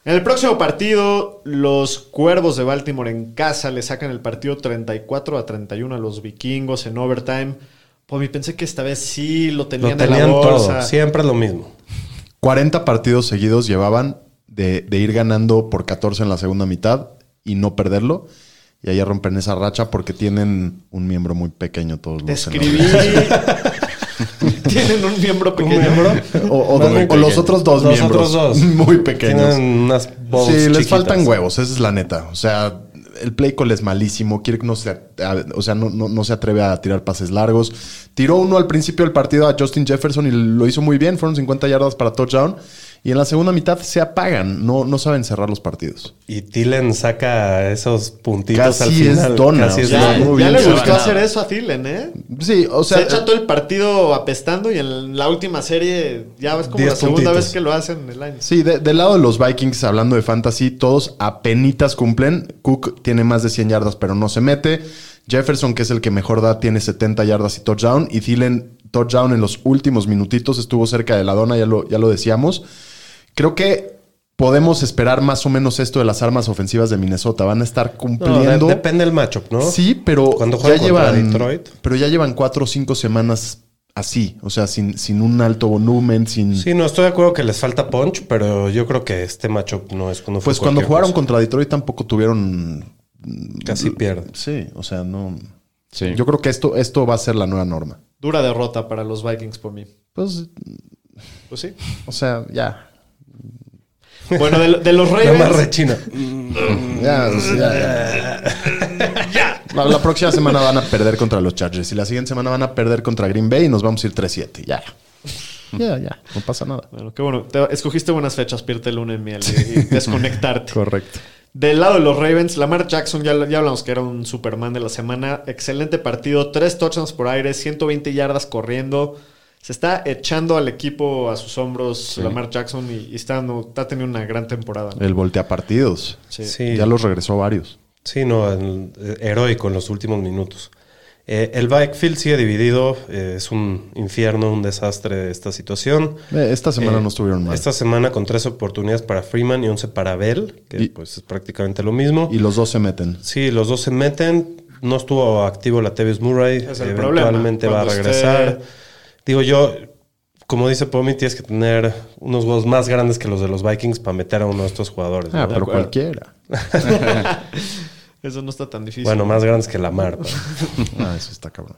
Speaker 1: En el próximo partido, los Cuervos de Baltimore en casa le sacan el partido 34 a 31 a los Vikingos en overtime. Pues pensé que esta vez sí lo
Speaker 2: Lo
Speaker 1: tenían, en
Speaker 2: tenían
Speaker 1: la bolsa.
Speaker 2: todo, siempre lo mismo.
Speaker 4: 40 partidos seguidos llevaban de, de ir ganando por 14 en la segunda mitad y no perderlo. Y ahí rompen esa racha porque tienen un miembro muy pequeño todos
Speaker 1: Te
Speaker 4: los
Speaker 1: escribí.
Speaker 4: senadores.
Speaker 1: Tienen un miembro pequeño.
Speaker 4: O, o-
Speaker 2: Más bien
Speaker 4: o los
Speaker 2: pequeño.
Speaker 4: otros dos
Speaker 2: Los
Speaker 4: miembros.
Speaker 2: otros dos.
Speaker 4: Muy pequeños.
Speaker 2: Tienen unas balls
Speaker 4: sí, les
Speaker 2: chiquitas.
Speaker 4: faltan huevos, esa es la neta. O sea, el play call es malísimo. Kirk no se, a- o sea, no, no- no se atreve a tirar pases largos. Tiró uno al principio del partido a Justin Jefferson y lo hizo muy bien. Fueron 50 yardas para touchdown. Y en la segunda mitad se apagan. No, no saben cerrar los partidos.
Speaker 2: Y Tilen saca esos puntitos
Speaker 4: Casi
Speaker 2: al
Speaker 4: es
Speaker 2: final.
Speaker 4: dona,
Speaker 2: Casi
Speaker 4: o
Speaker 2: es
Speaker 4: sea,
Speaker 1: Ya,
Speaker 2: dona.
Speaker 4: muy
Speaker 1: ya
Speaker 4: bien,
Speaker 1: le
Speaker 4: chaval.
Speaker 1: gustó hacer eso a Thielen, ¿eh?
Speaker 4: Sí, o sea,
Speaker 1: se echa todo el partido apestando y en la última serie ya es como
Speaker 2: Diez
Speaker 1: la segunda
Speaker 2: puntitos.
Speaker 1: vez que lo hacen en el año.
Speaker 4: Sí, de- del lado de los Vikings, hablando de fantasy, todos apenitas cumplen. Cook tiene más de 100 yardas, pero no se mete. Jefferson, que es el que mejor da, tiene 70 yardas y touchdown. Y Thielen, touchdown en los últimos minutitos, estuvo cerca de la dona, ya lo, ya lo decíamos. Creo que podemos esperar más o menos esto de las armas ofensivas de Minnesota. Van a estar
Speaker 2: No, de-
Speaker 4: cumpliendo.
Speaker 2: depende del matchup, ¿no?
Speaker 4: Sí, pero
Speaker 2: Cuando
Speaker 4: ya
Speaker 2: juegan contra
Speaker 4: llevan,
Speaker 2: Detroit.
Speaker 4: pero ya llevan cuatro o cinco semanas así, o sea, sin, sin un alto volumen, sin...
Speaker 2: Sí, no, estoy de acuerdo que les falta punch, pero yo creo que este matchup no es cuando fue
Speaker 4: Pues cuando
Speaker 2: cualquier
Speaker 4: jugaron
Speaker 2: cosa.
Speaker 4: contra Detroit tampoco tuvieron.
Speaker 2: Casi pierden.
Speaker 4: Sí, o sea, no.
Speaker 3: Sí.
Speaker 4: Yo creo que esto, esto va a ser la nueva norma.
Speaker 1: Dura derrota para los Vikings por mí.
Speaker 4: Pues,
Speaker 1: Pues sí.
Speaker 4: o sea, ya.
Speaker 1: Bueno, de, de los
Speaker 2: Nada más
Speaker 1: Ravens.
Speaker 2: rechina.
Speaker 4: Ya, o sea, ya. La, la próxima semana van a perder contra los Chargers y la siguiente semana van a perder contra Green Bay y nos vamos a ir 3-7. Ya. Ya, ya. No pasa nada.
Speaker 1: Bueno, qué bueno. Te- escogiste buenas fechas, Pirte Luna en miel y, y desconectarte.
Speaker 4: Correcto.
Speaker 1: Del lado de los Ravens, Lamar Jackson, ya, ya hablamos que era un Superman de la semana. Excelente partido, tres touchdowns por aire, 120 yardas corriendo. Se está echando al equipo a sus hombros Lamar Jackson y, y está, dando- está teniendo una gran temporada.
Speaker 2: Eh.
Speaker 1: ¿no?
Speaker 4: El voltea partidos.
Speaker 1: Sí.
Speaker 2: Sí.
Speaker 4: Ya los regresó varios.
Speaker 2: Sí, no, el- eh, heroico en los últimos minutos. Eh, el backfield sigue dividido, eh, es un infierno, un desastre esta situación.
Speaker 4: Eh, Esta semana
Speaker 2: Eh,
Speaker 4: no estuvieron mal.
Speaker 2: Esta semana con tres oportunidades para Freeman y 11 para Bell, que
Speaker 4: Y-
Speaker 2: pues es prácticamente lo mismo.
Speaker 4: Y los dos se meten.
Speaker 2: Sí, los dos se meten. No estuvo activo la Tevis Murray.
Speaker 1: Es el
Speaker 2: Eventualmente
Speaker 1: problema.
Speaker 2: va a
Speaker 1: Cuando
Speaker 2: regresar.
Speaker 1: esté-
Speaker 2: Digo yo, como dice Pomi, tienes que tener unos huevos más grandes que los de los Vikings para meter a uno de estos jugadores.
Speaker 4: Ah,
Speaker 2: ¿no?
Speaker 4: pero cualquiera.
Speaker 1: Eso no está tan difícil.
Speaker 2: Bueno, más grandes que la mar. pero-
Speaker 4: Ah, eso está cabrón.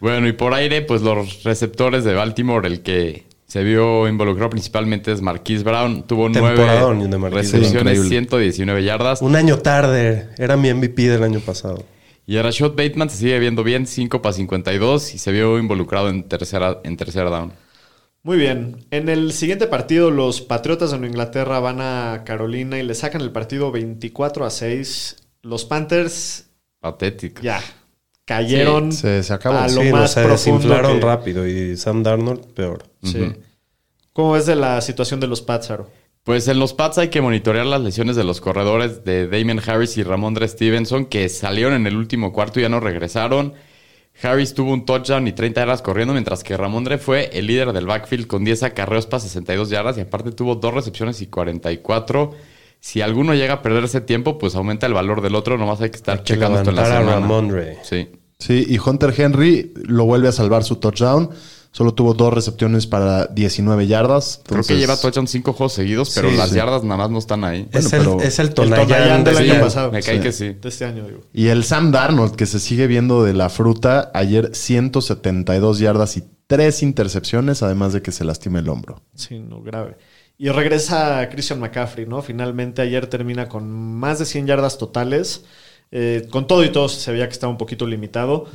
Speaker 3: Bueno, y por aire, pues los receptores de Baltimore, el que se vio involucrado principalmente es Marquise Brown. Tuvo nueve
Speaker 2: Temporadón de Marquise
Speaker 3: recepciones,
Speaker 4: Brown. Increíble.
Speaker 3: 119 yardas.
Speaker 2: Un año tarde. Era mi MVP del año pasado.
Speaker 3: Y Rashad Bateman se sigue viendo bien, 5 para 52, y se vio involucrado en tercera, en tercera down.
Speaker 1: Muy bien. En el siguiente partido, los Patriotas de Nueva Inglaterra van a Carolina y le sacan el partido 24 a 6. Los Panthers
Speaker 3: Patético.
Speaker 1: ya cayeron.
Speaker 4: Se, se acabó.
Speaker 1: A lo
Speaker 2: Sí, no,
Speaker 1: más
Speaker 2: se
Speaker 1: profundo
Speaker 2: desinflaron
Speaker 1: que-
Speaker 2: rápido y Sam Darnold peor.
Speaker 1: Sí. ¿Cómo es de la situación de los Pats, Aro?
Speaker 3: Pues en los Pats hay que monitorear las lesiones de los corredores de Damien Harris y Ramondre Stevenson, que salieron en el último cuarto y ya no regresaron. Harris tuvo un touchdown y 30 yardas corriendo, mientras que Ramondre fue el líder del backfield con 10 acarreos para 62 yardas y aparte tuvo dos recepciones y 44. Si alguno llega a perderse tiempo, pues aumenta el valor del otro, nomás hay que estar
Speaker 2: Hay que
Speaker 3: checando esto en la
Speaker 2: levantar a
Speaker 3: semana.
Speaker 2: Ramondre.
Speaker 3: Sí.
Speaker 4: Sí, y Hunter Henry lo vuelve a salvar su touchdown. Solo tuvo dos recepciones para 19 yardas.
Speaker 3: Creo que
Speaker 4: Entonces,
Speaker 3: lleva touchdown 5 juegos seguidos, pero
Speaker 4: Sí,
Speaker 3: las
Speaker 4: sí.
Speaker 3: yardas nada más no están ahí.
Speaker 2: es,
Speaker 4: pero-
Speaker 2: el, es el
Speaker 1: Tonayán
Speaker 2: Tonayán
Speaker 1: del
Speaker 2: de
Speaker 1: año
Speaker 2: la-
Speaker 1: pasado.
Speaker 3: Me cae
Speaker 4: Sí.
Speaker 3: que sí.
Speaker 1: De este año, digo.
Speaker 4: Y el Sam Darnold, que se sigue viendo de la fruta, ayer 172 yardas y tres intercepciones, además de que se lastima el hombro.
Speaker 1: Sí, no, grave. Y regresa Christian McCaffrey, ¿no? Finalmente ayer termina con más de 100 yardas totales. Eh, con todo y todo se veía que estaba un poquito limitado.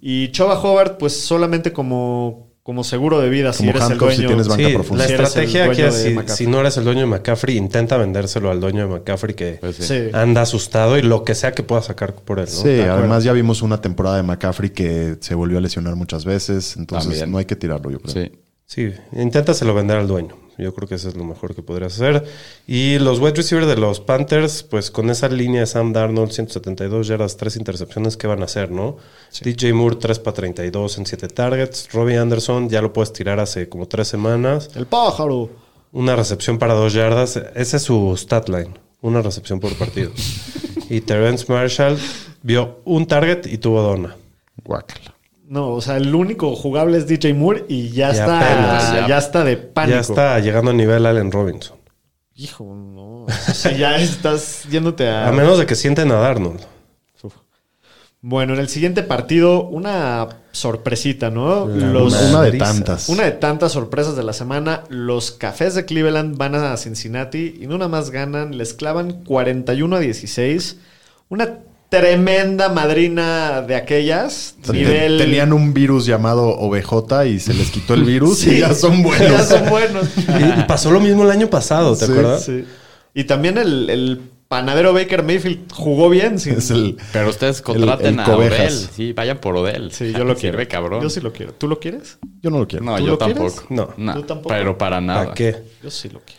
Speaker 1: Y Choba Hobart, pues solamente como, como seguro de vida, si
Speaker 4: Como
Speaker 1: eres el
Speaker 4: handcuff, si
Speaker 1: dueño.
Speaker 4: tienes banca
Speaker 2: Sí,
Speaker 4: profunda.
Speaker 2: la
Speaker 1: Si eres el
Speaker 2: estrategia aquí
Speaker 1: dueño
Speaker 2: es
Speaker 1: de
Speaker 2: si,
Speaker 1: McCaffrey.
Speaker 2: si no eres el dueño de McCaffrey, intenta vendérselo al dueño de McCaffrey que
Speaker 3: Pues sí.
Speaker 1: Sí.
Speaker 2: anda asustado y lo que sea que pueda sacar por él. ¿no?
Speaker 4: Sí, además ya vimos una temporada de McCaffrey que se volvió a lesionar muchas veces, entonces
Speaker 3: También.
Speaker 4: no hay que tirarlo, yo creo.
Speaker 3: Sí.
Speaker 2: Sí, inténtaselo vender al dueño. Yo creo que eso es lo mejor que podrías hacer. Y los wide receivers de los Panthers, pues con esa línea de Sam Darnold, 172 yardas, 3 intercepciones, ¿qué van a hacer, no? DJ Moore, 3 para 32 en 7 targets. Robbie Anderson, ya lo puedes tirar hace como 3 semanas.
Speaker 1: El pájaro.
Speaker 2: Una recepción para 2 yardas. Esa es su stat line. Una recepción por partido. y Terrence Marshall vio un target y tuvo dona.
Speaker 4: Guácala.
Speaker 1: No, o sea, el único jugable es DJ Moore y ya,
Speaker 2: Ya
Speaker 1: está.
Speaker 2: apenas,
Speaker 1: ya.
Speaker 3: ya.
Speaker 1: está de pánico.
Speaker 2: Ya está llegando a nivel Allen Robinson.
Speaker 1: Hijo, no. O sea, ya estás yéndote
Speaker 2: A menos de que sienten a Darnold.
Speaker 1: Uf. Bueno, en el siguiente partido, una sorpresita, ¿no?
Speaker 2: La-
Speaker 4: una de
Speaker 2: Risa.
Speaker 4: tantas.
Speaker 1: una de tantas sorpresas de la semana. Los cafés de Cleveland van a Cincinnati y no nada más ganan, les clavan 41 a 16. Una tremenda madrina de aquellas.
Speaker 4: Te-
Speaker 1: nivel-
Speaker 4: Tenían un virus llamado OBJ y se les quitó el virus
Speaker 1: Sí.
Speaker 4: y ya son buenos.
Speaker 1: Ya son buenos.
Speaker 2: Y pasó lo mismo el año pasado, ¿te
Speaker 4: Sí,
Speaker 2: acuerdas?
Speaker 1: Sí. Y también el, el panadero Baker Mayfield jugó bien. sin-
Speaker 4: Es el-
Speaker 3: Pero ustedes contraten
Speaker 4: el
Speaker 3: a
Speaker 4: Cobejas.
Speaker 3: Odell. Sí, vayan por Odell.
Speaker 1: Sí, yo lo
Speaker 3: Sirve,
Speaker 1: quiero.
Speaker 3: cabrón.
Speaker 1: Yo sí lo quiero. ¿Tú lo quieres?
Speaker 4: yo no lo quiero.
Speaker 3: No,
Speaker 1: ¿Tú
Speaker 3: yo
Speaker 1: lo quieres?
Speaker 3: tampoco.
Speaker 2: No.
Speaker 3: No,
Speaker 1: Yo tampoco.
Speaker 3: Pero para nada.
Speaker 2: ¿Para qué?
Speaker 1: Yo sí lo quiero.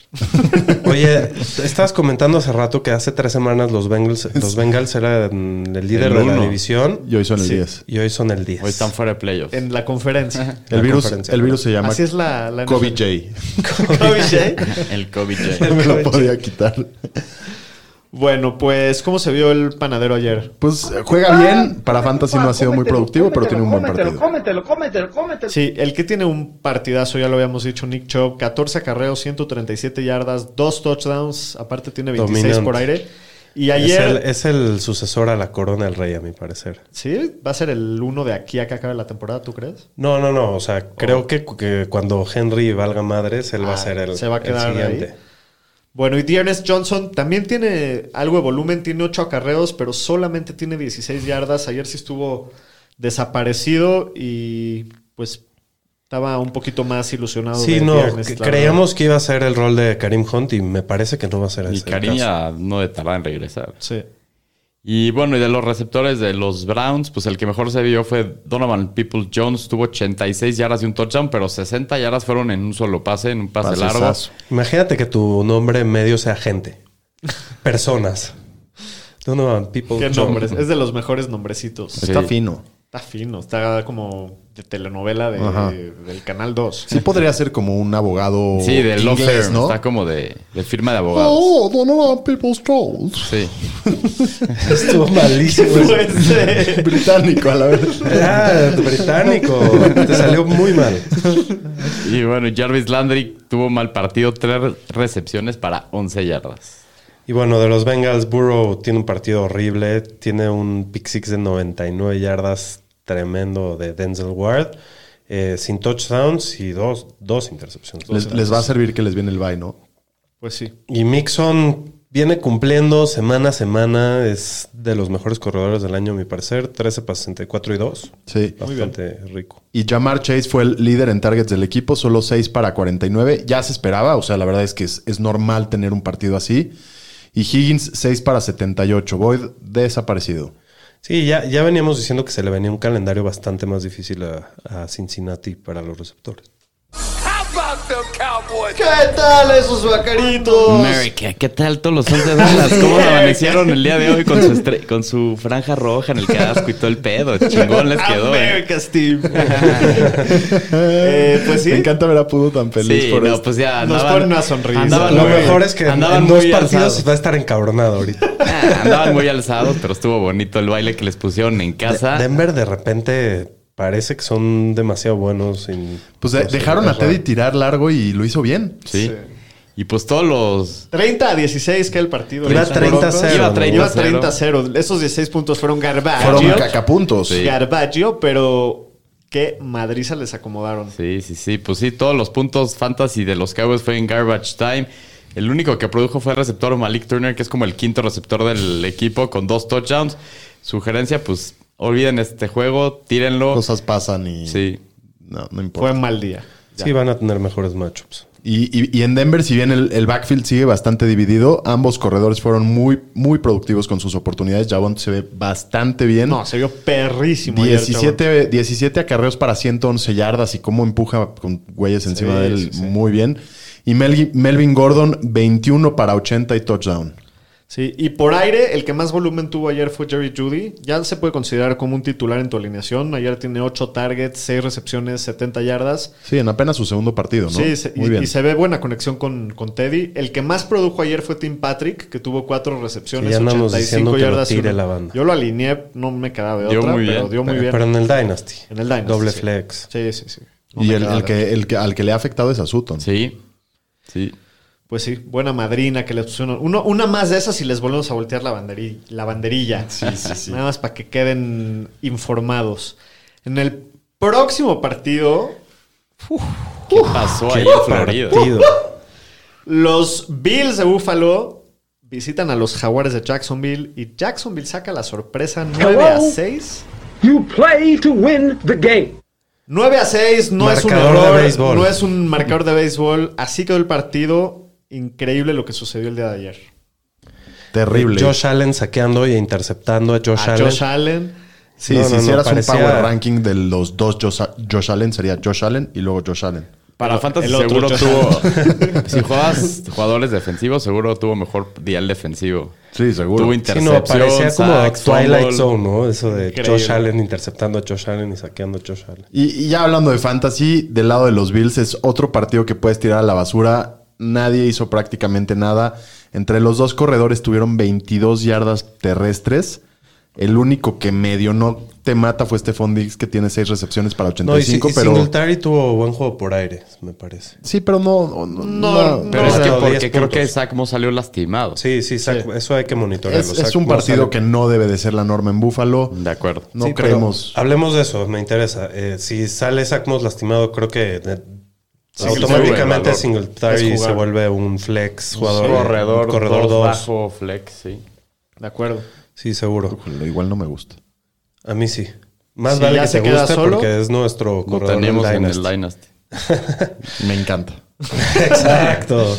Speaker 2: Oye, estabas comentando hace rato que hace tres semanas los Bengals, los Bengals eran el líder
Speaker 3: El
Speaker 2: de la
Speaker 3: uno.
Speaker 2: división
Speaker 4: Yo hoy son el 10.
Speaker 2: y hoy son el 10.
Speaker 3: Hoy están fuera de playoffs.
Speaker 1: En la conferencia.
Speaker 4: El
Speaker 2: La
Speaker 4: virus,
Speaker 2: conferencia,
Speaker 4: el
Speaker 2: ¿no?
Speaker 4: virus se llama
Speaker 1: Así es la, la
Speaker 4: Kobe J.
Speaker 1: Kobe J.
Speaker 3: El COVID.
Speaker 4: No me lo podía quitar.
Speaker 1: Bueno, pues, ¿cómo se vio el panadero ayer?
Speaker 4: Pues eh, juega
Speaker 8: Ah,
Speaker 4: bien. Para Fantasy no ha sido muy productivo, pero tiene un buen partido.
Speaker 8: Cómetelo, cómetelo, cómetelo.
Speaker 1: Sí, el que tiene un partidazo, ya lo habíamos dicho, Nick Chubb, 14 acarreos, 137 yardas, dos touchdowns, aparte tiene 26
Speaker 2: Dominante.
Speaker 1: por aire. Y
Speaker 2: Es
Speaker 1: ayer,
Speaker 2: el, es el sucesor a la corona del rey, a mi parecer.
Speaker 1: ¿sí? ¿Va a ser el uno de aquí a que acabe la temporada, tú crees?
Speaker 2: No, no, no. O sea, creo que, cu- que cuando Henry valga madres, él
Speaker 1: Ah,
Speaker 2: va a ser el,
Speaker 1: se va a
Speaker 2: el
Speaker 1: quedar
Speaker 2: siguiente.
Speaker 1: ahí. Bueno, y Dearness Johnson también tiene algo de volumen, tiene 8 acarreos, pero solamente tiene 16 yardas. Ayer sí estuvo desaparecido y pues estaba un poquito más ilusionado.
Speaker 2: Sí,
Speaker 1: de
Speaker 2: no.
Speaker 1: Dearness,
Speaker 2: que-
Speaker 1: la verdad.
Speaker 2: creíamos que iba a ser el rol de Karim Hunt y me parece que no va a ser
Speaker 3: Y
Speaker 2: ese. el caso.
Speaker 3: Cariña no de tardar en regresar.
Speaker 1: Sí.
Speaker 3: Y bueno, y de los receptores de los Browns, pues el que mejor se vio fue Donovan People Jones. Tuvo 86 yardas y un touchdown, pero 60 yardas fueron en un solo pase, en un pase largo.
Speaker 4: Pasesazo.
Speaker 2: Imagínate que tu nombre en medio sea gente. Personas. Donovan, people.
Speaker 1: Qué
Speaker 2: John.
Speaker 1: nombres. Es de los mejores nombrecitos.
Speaker 3: Sí.
Speaker 4: Está fino.
Speaker 1: Está fino. Está como de telenovela de-
Speaker 4: Ajá.
Speaker 1: del Canal 2.
Speaker 4: Sí podría ser como un abogado
Speaker 3: Sí, de Law
Speaker 4: inglés,
Speaker 3: Firm.
Speaker 4: ¿no?
Speaker 3: Está como de, de firma de abogados.
Speaker 4: Oh, Donovan People's Trolls.
Speaker 3: Sí.
Speaker 2: Estuvo malísimo.
Speaker 1: Pues, eh,
Speaker 4: Británico, a la vez.
Speaker 2: Ah, británico. Te salió muy mal.
Speaker 3: Y bueno, Jarvis Landry tuvo mal partido, tres recepciones para 11 yardas.
Speaker 2: Y bueno, de los Bengals, Burrow tiene un partido horrible. Tiene un pick six de 99 yardas tremendo de Denzel Ward. eh, sin touchdowns y dos, dos intercepciones.
Speaker 4: Les, les va a servir que les viene el bye, ¿no?
Speaker 1: pues sí.
Speaker 2: Y Mixon Viene cumpliendo semana a semana. Es de los mejores corredores del año, a mi parecer. 13 para 64 y 2.
Speaker 4: Sí.
Speaker 2: Bastante rico.
Speaker 4: Y Jamar Chase fue el líder en targets del equipo, solo 6 para 49. Ya se esperaba, o sea, la verdad es que es, es normal tener un partido así. Y Higgins, 6 para 78. Boyd, desaparecido.
Speaker 2: Sí, ya, ya veníamos diciendo que se le venía un calendario bastante más difícil a, a Cincinnati para los receptores.
Speaker 1: ¿Qué tal esos vaqueritos?
Speaker 3: América, ¿qué tal todos los fans de Dallas? ¿Cómo amanecieron el día de hoy con su, estre- con su franja roja en el casco y todo el pedo? Chingón les
Speaker 1: Ah,
Speaker 3: quedó, ¿eh?
Speaker 1: America's Team. Eh, pues sí.
Speaker 4: Me encanta ver a Pudo tan feliz
Speaker 3: Sí,
Speaker 4: por
Speaker 3: no,
Speaker 4: esto.
Speaker 3: pues ya
Speaker 1: Nos
Speaker 3: andaban,
Speaker 1: pone una sonrisa.
Speaker 3: andaban
Speaker 2: Lo
Speaker 3: muy-
Speaker 2: mejor es que en-
Speaker 3: andaban
Speaker 2: en dos
Speaker 3: muy
Speaker 2: partidos
Speaker 3: alzados.
Speaker 2: va a estar encabronado ahorita.
Speaker 3: Ah, andaban muy alzados, pero estuvo bonito el baile que les pusieron en casa.
Speaker 1: Ah.
Speaker 2: Denver de repente parece que son demasiado buenos. sin-
Speaker 4: Pues de-
Speaker 2: no sé,
Speaker 4: dejaron
Speaker 2: es
Speaker 4: a Teddy
Speaker 2: raro.
Speaker 4: tirar largo y lo hizo bien.
Speaker 3: sí. Y pues todos los...
Speaker 1: 30 a 16 que el partido.
Speaker 2: Iba
Speaker 1: Los
Speaker 2: 30 a
Speaker 1: Broncos.
Speaker 2: 0.
Speaker 3: Iba
Speaker 2: ¿no?
Speaker 3: 30
Speaker 1: Iba 30 a 0. Esos 16 puntos fueron
Speaker 4: Fueron
Speaker 1: garbage.
Speaker 4: cacapuntos.
Speaker 3: Ah, Sí.
Speaker 1: Garbaggio, pero qué madriza les acomodaron.
Speaker 3: Sí, sí, sí. Pues sí, todos los puntos fantasy de los Cowboys fue en garbage time. El único que produjo fue el receptor Malik Turner, que es como el quinto receptor del equipo con dos touchdowns. Sugerencia, pues olviden este juego, tírenlo.
Speaker 4: Cosas pasan y
Speaker 3: Sí.
Speaker 4: no, no
Speaker 1: Fue
Speaker 4: importa.
Speaker 1: un mal día.
Speaker 2: Sí, van a tener mejores matchups.
Speaker 4: Y, y- y en Denver, si bien el, el backfield sigue bastante dividido, ambos corredores fueron muy, muy productivos con sus oportunidades. Javon se ve bastante bien.
Speaker 1: No, se vio perrísimo. ayer,
Speaker 4: 17, 17 acarreos para 111 yardas y cómo empuja con güeyes encima de él muy bien. Y Mel- Melvin Gordon, 21 para 80 y touchdown.
Speaker 1: Sí, y por aire, el que más volumen tuvo ayer fue Jerry Judy. Ya se puede considerar como un titular en tu alineación. Ayer tiene 8 targets, 6 recepciones, 70 yardas.
Speaker 4: Sí, en apenas su segundo partido, ¿no?
Speaker 1: Sí, se-
Speaker 4: muy
Speaker 1: y,
Speaker 4: bien.
Speaker 1: y se ve buena conexión con, con Teddy. El que más produjo ayer fue Tim Patrick, que tuvo 4 recepciones,
Speaker 2: Sí, ya andamos
Speaker 1: 85
Speaker 2: diciendo que lo
Speaker 1: yardas. y
Speaker 2: tire
Speaker 1: uno.
Speaker 2: la banda.
Speaker 1: Yo lo alineé, no me quedaba de
Speaker 3: Dio
Speaker 1: otra,
Speaker 3: muy
Speaker 1: pero
Speaker 3: bien.
Speaker 1: dio muy bien.
Speaker 2: Pero en el Dynasty.
Speaker 1: en el Dynasty.
Speaker 2: Doble
Speaker 1: sí.
Speaker 2: flex.
Speaker 1: Sí, sí, sí.
Speaker 2: Oh
Speaker 1: No
Speaker 4: Y
Speaker 1: me
Speaker 4: el,
Speaker 1: quedaba
Speaker 4: el
Speaker 1: de otra.
Speaker 4: que, el que- al que le ha afectado es a Sutton.
Speaker 3: Sí. Sí.
Speaker 1: Pues sí, buena madrina que les pusieron. Uno, una más de esas y les volvemos a voltear la, banderi- la banderilla. Nada más para que queden informados. En el próximo partido,
Speaker 3: ¿Qué pasó ahí
Speaker 2: Qué
Speaker 3: en Florida?
Speaker 2: partido.
Speaker 1: los Bills de Buffalo visitan a los Jaguares de Jacksonville y Jacksonville saca la sorpresa 9 a 6.
Speaker 8: You play to win the game.
Speaker 1: 9 a 6 no es un
Speaker 2: Marcador de
Speaker 1: error,
Speaker 2: béisbol.
Speaker 1: no es un marcador de béisbol. Así quedó el partido. Increíble lo que sucedió el día de ayer.
Speaker 4: Terrible.
Speaker 2: Eh, Josh Allen saqueando y interceptando a Josh
Speaker 1: a
Speaker 2: Allen.
Speaker 1: Josh Allen.
Speaker 4: sí,
Speaker 2: No,
Speaker 4: si
Speaker 2: no, no,
Speaker 4: hicieras
Speaker 2: parecía-
Speaker 4: un power ranking de los dos Josh, Josh Allen, sería Josh Allen y luego Josh Allen.
Speaker 3: Para Fantasy
Speaker 1: el otro
Speaker 3: seguro
Speaker 1: Josh
Speaker 3: tuvo... si jugabas jugadores defensivos, seguro tuvo mejor dial defensivo.
Speaker 4: Sí, seguro.
Speaker 3: Tuvo
Speaker 2: Sí, no,
Speaker 3: intercepción,
Speaker 2: parecía como
Speaker 3: sacks,
Speaker 2: Twilight
Speaker 3: fumble.
Speaker 2: Zone, ¿no? Eso de
Speaker 1: Increíble.
Speaker 2: Josh Allen interceptando a Josh Allen y saqueando a Josh Allen.
Speaker 4: Y, y ya hablando de fantasy, del lado de los Bills es otro partido que puedes tirar a la basura. Nadie hizo prácticamente nada. Entre los dos corredores tuvieron 22 yardas terrestres. El único que medio no te mata fue Stephon Diggs, que tiene 6 recepciones para
Speaker 2: No, y, si-
Speaker 4: 85,
Speaker 2: y
Speaker 4: pero...
Speaker 2: Singletary tuvo buen juego por aire, me parece.
Speaker 4: Sí, pero no... No,
Speaker 1: No,
Speaker 4: no.
Speaker 3: Pero
Speaker 2: No,
Speaker 3: es que
Speaker 2: no,
Speaker 3: porque
Speaker 2: 10
Speaker 3: creo
Speaker 2: puntos.
Speaker 3: que Zach Moss salió lastimado.
Speaker 2: Sí, sí, Zach, eso hay que monitorearlo.
Speaker 4: Es,
Speaker 2: Zach
Speaker 4: es un
Speaker 2: no
Speaker 4: partido
Speaker 2: sale-
Speaker 4: que no debe de ser la norma en Búfalo.
Speaker 3: De acuerdo.
Speaker 4: No
Speaker 2: Sí, pero
Speaker 4: creemos...
Speaker 2: Hablemos de eso, me interesa. Eh, si sale Zach Moss lastimado, creo que de-
Speaker 3: Singletary
Speaker 2: automáticamente
Speaker 3: valor.
Speaker 2: Singletary
Speaker 1: Es jugar.
Speaker 2: se vuelve un flex, jugador,
Speaker 3: corredor,
Speaker 2: corredor
Speaker 3: dos
Speaker 2: 2.
Speaker 3: bajo flex, sí.
Speaker 1: De acuerdo.
Speaker 2: Sí, seguro.
Speaker 4: Híjole, Igual no me gusta.
Speaker 2: A mí sí. Más
Speaker 1: Si
Speaker 2: vale
Speaker 1: ya
Speaker 2: que
Speaker 1: se
Speaker 2: se
Speaker 1: queda
Speaker 2: guste
Speaker 1: solo,
Speaker 2: porque es nuestro
Speaker 3: Lo
Speaker 2: corredor
Speaker 3: tenemos
Speaker 2: en
Speaker 3: en
Speaker 2: Dynasty.
Speaker 3: el Dynasty.
Speaker 4: Me encanta.
Speaker 2: Exacto.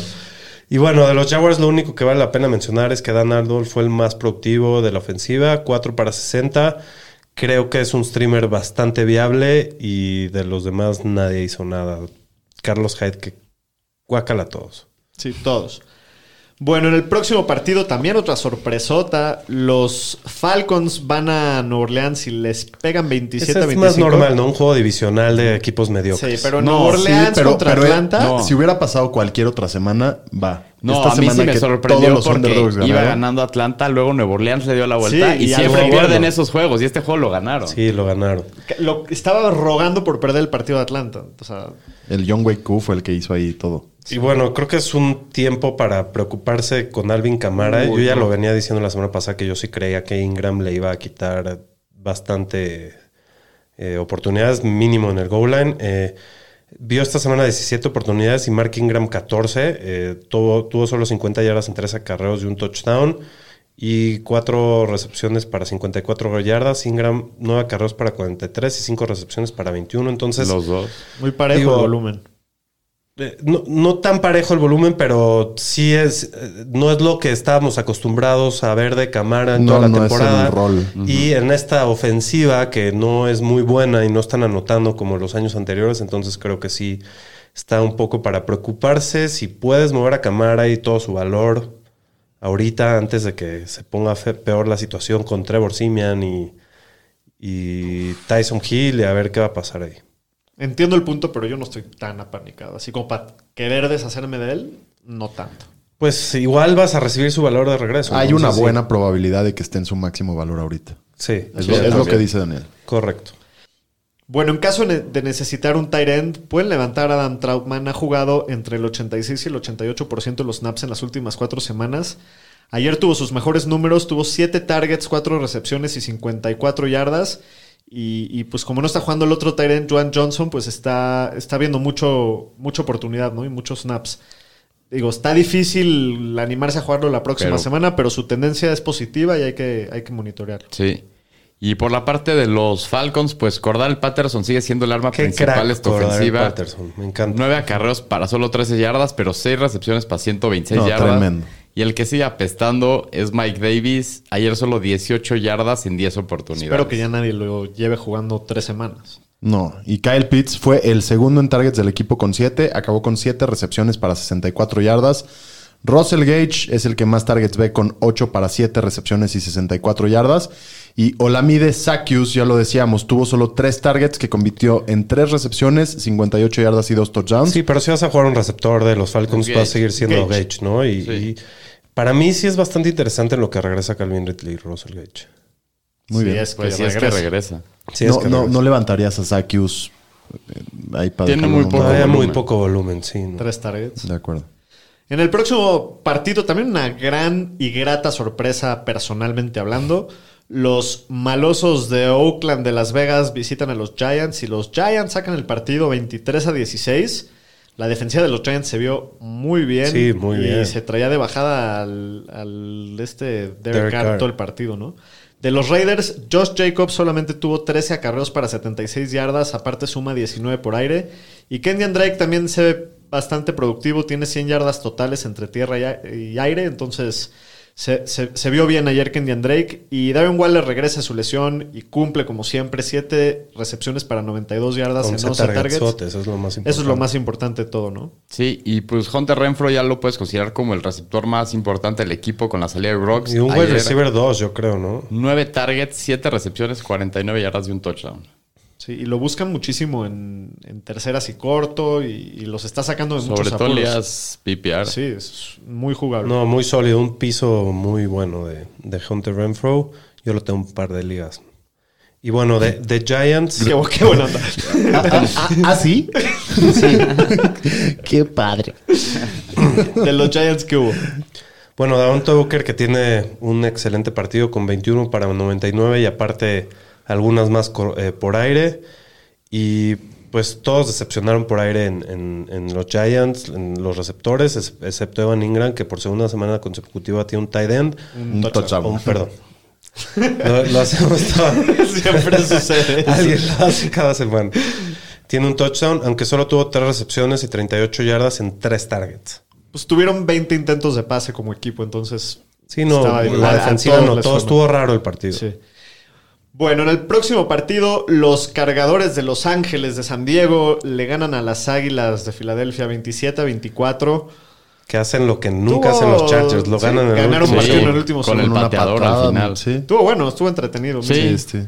Speaker 2: Y bueno, de los Jaguars lo único que vale la pena mencionar es que Dan Arnold fue el más productivo de la ofensiva, 4 para 60. Creo que es un streamer bastante viable y de los demás nadie hizo nada. Carlos Hyde que guácala a todos.
Speaker 1: Sí, todos. Bueno, en el próximo partido también otra sorpresota. Los Falcons van a Nueva Orleans y les pegan 27
Speaker 2: Ese es
Speaker 1: 25.
Speaker 2: más normal, ¿no? Un juego divisional de equipos mediocres.
Speaker 1: Sí, pero en
Speaker 4: No,
Speaker 1: Nueva Orleans
Speaker 4: sí, pero-
Speaker 1: contra
Speaker 4: pero, eh,
Speaker 1: Atlanta.
Speaker 4: no, Si hubiera pasado cualquier otra semana, va.
Speaker 3: No,
Speaker 4: Esta
Speaker 3: a mí sí
Speaker 4: semana
Speaker 3: me
Speaker 4: que
Speaker 3: sorprendió
Speaker 4: todos los
Speaker 3: porque
Speaker 4: underdogs
Speaker 3: iba
Speaker 4: ganaron.
Speaker 3: ganando Atlanta, luego Nuevo Orleans le dio la vuelta
Speaker 1: Sí,
Speaker 3: y,
Speaker 1: y
Speaker 3: siempre
Speaker 1: algo bueno.
Speaker 3: pierden esos juegos y este juego lo ganaron.
Speaker 2: Sí, lo ganaron.
Speaker 1: Lo- estaba rogando por perder el partido de Atlanta. O sea,
Speaker 4: El John Wei Koo fue el que hizo ahí todo.
Speaker 2: Y bueno, creo que es un tiempo para preocuparse con Alvin Camara. yo ya lo venía diciendo la semana pasada que yo sí creía que Ingram le iba a quitar bastante eh, oportunidades, mínimo en el goal line. Eh, Vio esta semana 17 oportunidades y Mark Ingram 14. eh, tuvo, tuvo solo 50 yardas en 3 acarreos y un touchdown. Y 4 recepciones para 54 yardas. Ingram 9 acarreos para 43 y 5 recepciones para 21. Entonces,
Speaker 3: Los dos.
Speaker 1: Muy parejo
Speaker 2: Digo,
Speaker 1: el volumen.
Speaker 2: eh, no, no tan parejo el volumen, pero sí es. eh, No es lo que estábamos acostumbrados a ver de Camara en
Speaker 4: No,
Speaker 2: toda la
Speaker 4: no es el
Speaker 2: temporada.
Speaker 4: rol.
Speaker 2: Y en esta ofensiva que no es muy buena y no están anotando como los años anteriores, entonces creo que sí está un poco para preocuparse. Si puedes mover a Camara y todo su valor ahorita, antes de que se ponga fe- peor la situación con Trevor Simian y, y Tyson Hill, y a ver qué va a pasar ahí.
Speaker 1: Entiendo el punto, pero yo no estoy tan apanicado. Así como para querer deshacerme de él, no tanto.
Speaker 2: Pues igual vas a recibir su valor de regreso.
Speaker 4: Hay
Speaker 2: entonces
Speaker 4: una
Speaker 2: sí.
Speaker 4: buena probabilidad de que esté en su máximo valor ahorita.
Speaker 2: Sí,
Speaker 4: Es,
Speaker 1: Sí,
Speaker 4: lo, es lo
Speaker 1: también.
Speaker 4: que dice Daniel.
Speaker 2: correcto.
Speaker 1: Bueno, en caso ne- de necesitar un tight end, pueden levantar a Adam Trautman. Ha jugado entre el 86 y el 88% de los snaps en las últimas cuatro semanas. Ayer tuvo sus mejores números, tuvo 7 targets, 4 recepciones y 54 yardas. Y, y, pues como no está jugando el otro tight end, Joan Johnson, pues está, está viendo mucho, mucha oportunidad, ¿no? Y muchos snaps. Digo, está difícil animarse a jugarlo la próxima
Speaker 3: Pero-
Speaker 1: semana, pero su tendencia es positiva y hay que, hay que monitorearlo.
Speaker 3: Sí. Y por la parte de los Falcons, pues Cordal Patterson sigue siendo el arma
Speaker 2: Qué
Speaker 3: principal de
Speaker 2: crack
Speaker 3: esta
Speaker 2: por Darrell
Speaker 3: ofensiva.
Speaker 2: Patterson. Me encanta.
Speaker 3: Nueve acarreos para solo 13 yardas, pero seis recepciones para 126
Speaker 4: No,
Speaker 3: yardas.
Speaker 4: tremendo.
Speaker 3: Y el que sigue apestando es Mike Davis. Ayer solo 18 yardas en 10 oportunidades.
Speaker 1: Espero que ya nadie lo lleve jugando tres semanas.
Speaker 4: No, y Kyle Pitts fue el segundo en targets del equipo con 7, acabó con 7 recepciones para 64 yardas. Russell Gage es el que más targets ve con 8 para 7 recepciones y 64 yardas. Y Olamide Sakius, ya lo decíamos, tuvo solo 3 targets que convirtió en 3 recepciones, 58 yardas y 2 touchdowns.
Speaker 2: Sí, pero si vas a jugar un receptor de los Falcons,
Speaker 3: Gage.
Speaker 2: vas a seguir siendo
Speaker 1: Gage.
Speaker 2: Gage, ¿no? Y,
Speaker 3: Sí.
Speaker 2: y para mí sí es bastante interesante en lo que regresa Calvin Ridley y Russell Gage.
Speaker 1: Sí,
Speaker 4: Muy bien.
Speaker 1: es que
Speaker 3: Pues sí, es que
Speaker 1: regresa.
Speaker 3: regresa.
Speaker 2: Sí, es
Speaker 4: no,
Speaker 2: que
Speaker 4: no,
Speaker 2: regresa.
Speaker 4: no levantarías a Sakius eh, ahí para
Speaker 3: Tiene
Speaker 4: dejarlo
Speaker 3: muy
Speaker 4: en un
Speaker 3: poco
Speaker 4: lado.
Speaker 2: Todavía muy
Speaker 3: volumen.
Speaker 2: poco volumen, sí. ¿no?
Speaker 1: Tres targets.
Speaker 4: De acuerdo.
Speaker 1: En el próximo partido, también una gran y grata sorpresa personalmente hablando. Los malosos de Oakland de Las Vegas visitan a los Giants y los Giants sacan el partido 23 a 16. La defensiva de los Giants se vio muy bien.
Speaker 2: Sí, muy
Speaker 1: Y
Speaker 2: bien.
Speaker 1: se traía de bajada al, al este Derek,
Speaker 2: Derek
Speaker 1: Carr
Speaker 2: Carr.
Speaker 1: todo el partido, ¿no? De los Raiders, Josh Jacobs solamente tuvo 13 acarreos para 76 yardas, aparte suma 19 por aire. Y Kenyan Drake también se ve bastante productivo, tiene 100 yardas totales entre tierra y a- y aire, entonces se, se- se vio bien ayer Kenyan Drake. Y Darren Waller regresa a su lesión y cumple como siempre 7 recepciones para 92 yardas en
Speaker 2: 11
Speaker 1: 11 targets.
Speaker 2: targetsotes, eso es lo más importante.
Speaker 1: Eso es lo más importante de todo, ¿no?
Speaker 3: Sí, y pues Hunter Renfro ya lo puedes considerar como el receptor más importante del equipo con la salida de Brooks.
Speaker 2: Y un wide
Speaker 3: Ayer,
Speaker 2: receiver 2, yo creo, ¿no?
Speaker 3: Nueve targets, siete recepciones, 49 yardas y un touchdown.
Speaker 1: Sí, y lo buscan muchísimo en, en terceras y corto y, y los está sacando de
Speaker 3: Sobre
Speaker 1: muchos
Speaker 3: todo
Speaker 1: apuros.
Speaker 3: Elias PPR.
Speaker 1: Sí, es muy jugable.
Speaker 2: No, muy sólido, un piso muy bueno de, de Hunter Renfro. Yo lo tengo un par de ligas. Y bueno, de, de Giants.
Speaker 1: Qué, bu- qué buena onda.
Speaker 4: ¿Ah, sí? Qué padre.
Speaker 1: De los Giants que hubo.
Speaker 2: Bueno, Davante Booker que tiene un excelente partido con 21 para 99 y aparte algunas más cor- eh, por aire. Y pues todos decepcionaron por aire en, en- en los Giants, en los receptores, ex- excepto Evan Ingram que por segunda semana consecutiva tiene un tight end.
Speaker 4: Un touchdown.
Speaker 2: Un- perdón. lo, lo hacemos todo.
Speaker 1: Siempre sucede. eso.
Speaker 4: Ah.
Speaker 2: Alguien lo hace cada semana. Tiene un touchdown, aunque solo tuvo tres recepciones y 38 yardas en tres targets.
Speaker 1: Pues tuvieron 20 intentos de pase como equipo, entonces.
Speaker 2: Sí, no,
Speaker 1: estaba bien. A-
Speaker 2: la
Speaker 1: a
Speaker 2: defensiva
Speaker 1: todos
Speaker 2: no,
Speaker 1: les
Speaker 2: todo
Speaker 1: fue mal.
Speaker 2: estuvo raro el partido.
Speaker 1: Sí. Bueno, en el próximo partido, los cargadores de Los Ángeles de San Diego le ganan a las Águilas de Filadelfia 27 a 24.
Speaker 2: Que hacen lo que nunca
Speaker 1: Tuvo-
Speaker 2: hacen los Chargers, lo
Speaker 1: sí,
Speaker 2: ganan en el
Speaker 1: ganaron partido
Speaker 2: último
Speaker 1: en
Speaker 2: segundo.
Speaker 1: el último
Speaker 3: con el
Speaker 1: segundo.
Speaker 4: una
Speaker 3: pateador
Speaker 4: patada,
Speaker 3: al final.
Speaker 4: sí.
Speaker 1: Estuvo bueno, estuvo entretenido.
Speaker 3: Sí.
Speaker 4: Sí, sí.